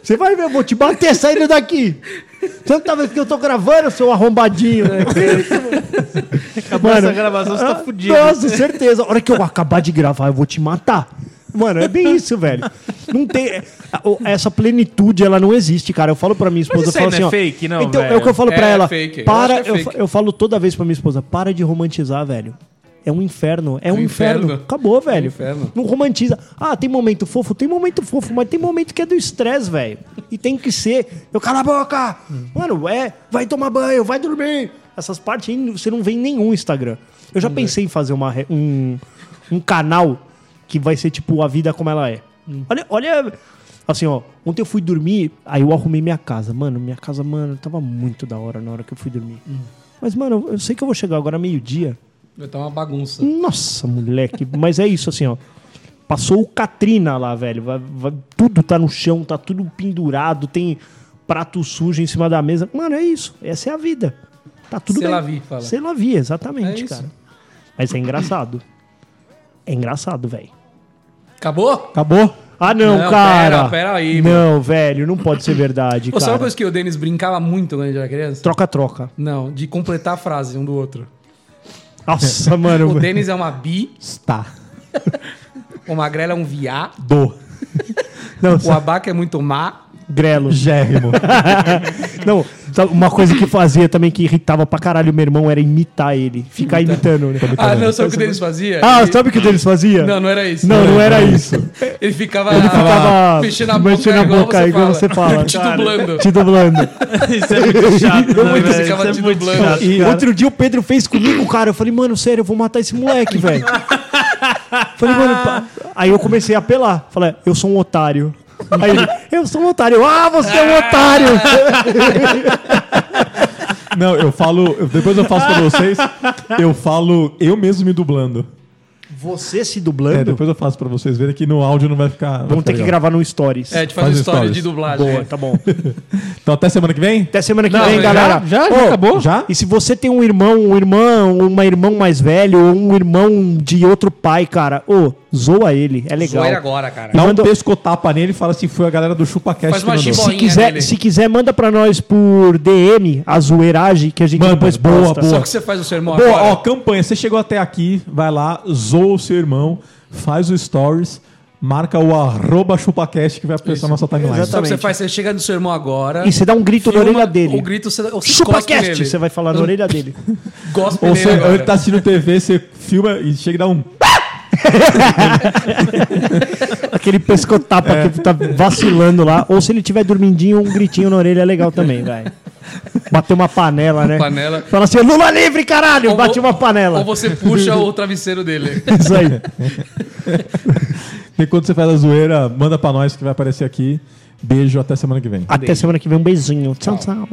Speaker 3: Você vai ver, eu vou te bater saindo daqui! Você não tá vendo que eu tô gravando, seu arrombadinho? né? ah,
Speaker 4: Acabou essa gravação, você tá fudido.
Speaker 3: Nossa, certeza. A hora que eu acabar de gravar, eu vou te matar. Mano, é bem isso, velho. Não tem. é, o- Essa plenitude, ela não existe, cara. Eu falo pra minha esposa,
Speaker 4: Mas isso
Speaker 3: eu falo
Speaker 4: aí
Speaker 3: assim,
Speaker 4: não
Speaker 3: ó.
Speaker 4: é fake, não,
Speaker 3: Então, é
Speaker 4: velho?
Speaker 3: o que eu falo pra
Speaker 5: É
Speaker 3: ela.
Speaker 5: fake, eu acho
Speaker 3: Para,
Speaker 5: que é
Speaker 3: eu,
Speaker 5: fake.
Speaker 3: fa- eu falo toda vez pra minha esposa, para de romantizar, velho. é um inferno. É
Speaker 5: um
Speaker 3: um inferno.
Speaker 5: inferno.
Speaker 3: Acabou, velho.
Speaker 5: inferno.
Speaker 3: Não romantiza. Ah, tem momento fofo? Tem momento fofo, mas tem momento que é do estresse, velho. E tem que ser. Eu cala a boca! Mano, é. Vai tomar banho, vai dormir. Essas partes aí você não vê em nenhum Instagram. Eu já pensei em fazer uma, re- um, um canal que vai ser tipo a vida como ela é. Olha, olha. Assim, ó, ontem eu fui dormir, aí eu arrumei minha casa. Mano, minha casa, mano, tava muito da hora na hora que eu fui dormir. Mas, mano, eu sei que eu vou chegar agora meio-dia.
Speaker 5: Vai estar uma bagunça.
Speaker 3: Nossa, moleque. Mas é isso, assim, ó. Passou o Katrina lá, velho. Vai- vai- tudo tá no chão, tá tudo pendurado, tem prato sujo em cima da mesa. Mano, é isso. Essa é a vida. Tá tudo
Speaker 5: Sei
Speaker 3: bem.
Speaker 5: lá vi, fala.
Speaker 3: Sei lá vi, exatamente,
Speaker 5: É isso.
Speaker 3: cara. Mas é engraçado. É engraçado, velho.
Speaker 5: Acabou?
Speaker 4: Acabou?
Speaker 3: Ah, não,
Speaker 5: Não,
Speaker 3: cara.
Speaker 5: pera, pera aí, meu.
Speaker 3: Não, velho, não pode ser verdade,
Speaker 5: Pô, sabe uma
Speaker 3: cara.
Speaker 5: coisa que o Denis brincava muito quando ele era criança?
Speaker 3: Troca-troca.
Speaker 5: Não, de completar a frase um do outro.
Speaker 3: Nossa, mano.
Speaker 5: O Denis é uma bi,
Speaker 4: Está.
Speaker 5: o Magrela é um viá,
Speaker 4: Do.
Speaker 3: Não,
Speaker 5: o Abaca é muito má.
Speaker 3: grelo.
Speaker 4: Gérrimo.
Speaker 3: Não, sabe, uma coisa que fazia também que irritava pra caralho meu irmão era imitar ele. Ficar imitando, né?
Speaker 5: Ah, não, sabe o que o Denis fazia?
Speaker 3: Ah,
Speaker 5: Ele-
Speaker 3: sabe o que eles faziam?
Speaker 5: Não, não era isso.
Speaker 3: Não, não era isso.
Speaker 5: Ele ficava,
Speaker 3: Ele ficava
Speaker 5: mexendo a boca,
Speaker 3: mexendo a boca, igual você fala.
Speaker 5: te dublando.
Speaker 3: Te dublando.
Speaker 4: Isso é muito chato, né,
Speaker 5: muito
Speaker 4: velho?
Speaker 5: ficava
Speaker 4: Isso
Speaker 5: te
Speaker 4: é muito
Speaker 5: dublando.
Speaker 4: chato.
Speaker 3: E outro dia o Pedro fez comigo, cara. Eu falei, mano, sério, eu vou matar esse moleque, velho. falei, mano, pá. aí eu comecei a apelar. Falei, eu sou um otário. Aí ele, eu sou um otário. Ah, você é um otário.
Speaker 2: Não, eu falo. eu- Depois eu faço pra vocês. Eu falo eu mesmo me dublando.
Speaker 3: Você se
Speaker 2: É,
Speaker 3: dublando?
Speaker 2: depois eu faço pra vocês verem que no áudio não vai ficar. não vai
Speaker 3: Vamos
Speaker 2: ficar
Speaker 3: ter que
Speaker 2: legal.
Speaker 3: gravar no Stories.
Speaker 5: É, a gente faz,
Speaker 2: Faz
Speaker 5: uma história
Speaker 2: stories.
Speaker 5: de dublagem.
Speaker 3: Boa, tá bom.
Speaker 2: Então até semana que vem?
Speaker 3: Até semana que
Speaker 5: Não,
Speaker 3: vem,
Speaker 5: já?
Speaker 3: galera.
Speaker 4: Já? Já
Speaker 3: Ô,
Speaker 4: acabou?
Speaker 2: Já?
Speaker 3: E se você tem um irmão, um irmão, uma irmã mais velho, ou um irmão de outro pai, cara, ô, zoa ele, é legal.
Speaker 5: Zoa ele agora, cara.
Speaker 2: Dá um
Speaker 3: Manda-
Speaker 2: pescotapa nele e fala assim: foi a galera do ChupaCast
Speaker 5: Faz uma
Speaker 2: que mandou.
Speaker 5: chibó-
Speaker 3: Se
Speaker 5: Boinha
Speaker 3: quiser,
Speaker 5: nele.
Speaker 3: se quiser, manda pra nós por DM a zoeiragem que a gente
Speaker 2: Manda,
Speaker 3: depois
Speaker 2: boa,
Speaker 3: posta.
Speaker 5: Só
Speaker 2: boa.
Speaker 5: que você faz o seu irmão
Speaker 2: Boa,
Speaker 5: agora.
Speaker 2: ó, campanha. Você chegou até aqui, vai lá, zoa o seu irmão, faz o stories, marca o arroba chupacast que vai aparecer na nossa timeline.
Speaker 5: Só que você faz, você chega no seu irmão agora.
Speaker 3: E você dá um grito na
Speaker 5: filma,
Speaker 3: orelha dele.
Speaker 5: O grito, você, você cospe
Speaker 3: ChupaCast,
Speaker 5: nele.
Speaker 3: você vai falar na orelha dele.
Speaker 5: Cospe
Speaker 2: Ou
Speaker 5: nele
Speaker 2: você, ou
Speaker 5: agora.
Speaker 2: ele tá assistindo TV, você filma e chega e dá um.
Speaker 3: Aquele pescotapa que tá vacilando lá. Ou se ele tiver dormindinho, um gritinho na orelha é legal também, velho. Bater uma panela, né?
Speaker 5: panela.
Speaker 3: Fala assim, Lula livre, caralho!
Speaker 5: Ou-
Speaker 3: Bate uma panela.
Speaker 5: Ou você puxa o travesseiro dele.
Speaker 3: Isso aí.
Speaker 2: E quando você faz a zoeira, manda pra nós que vai aparecer aqui. Beijo, até semana que vem.
Speaker 3: Até semana que vem. Um beijinho. Tchau, tchau.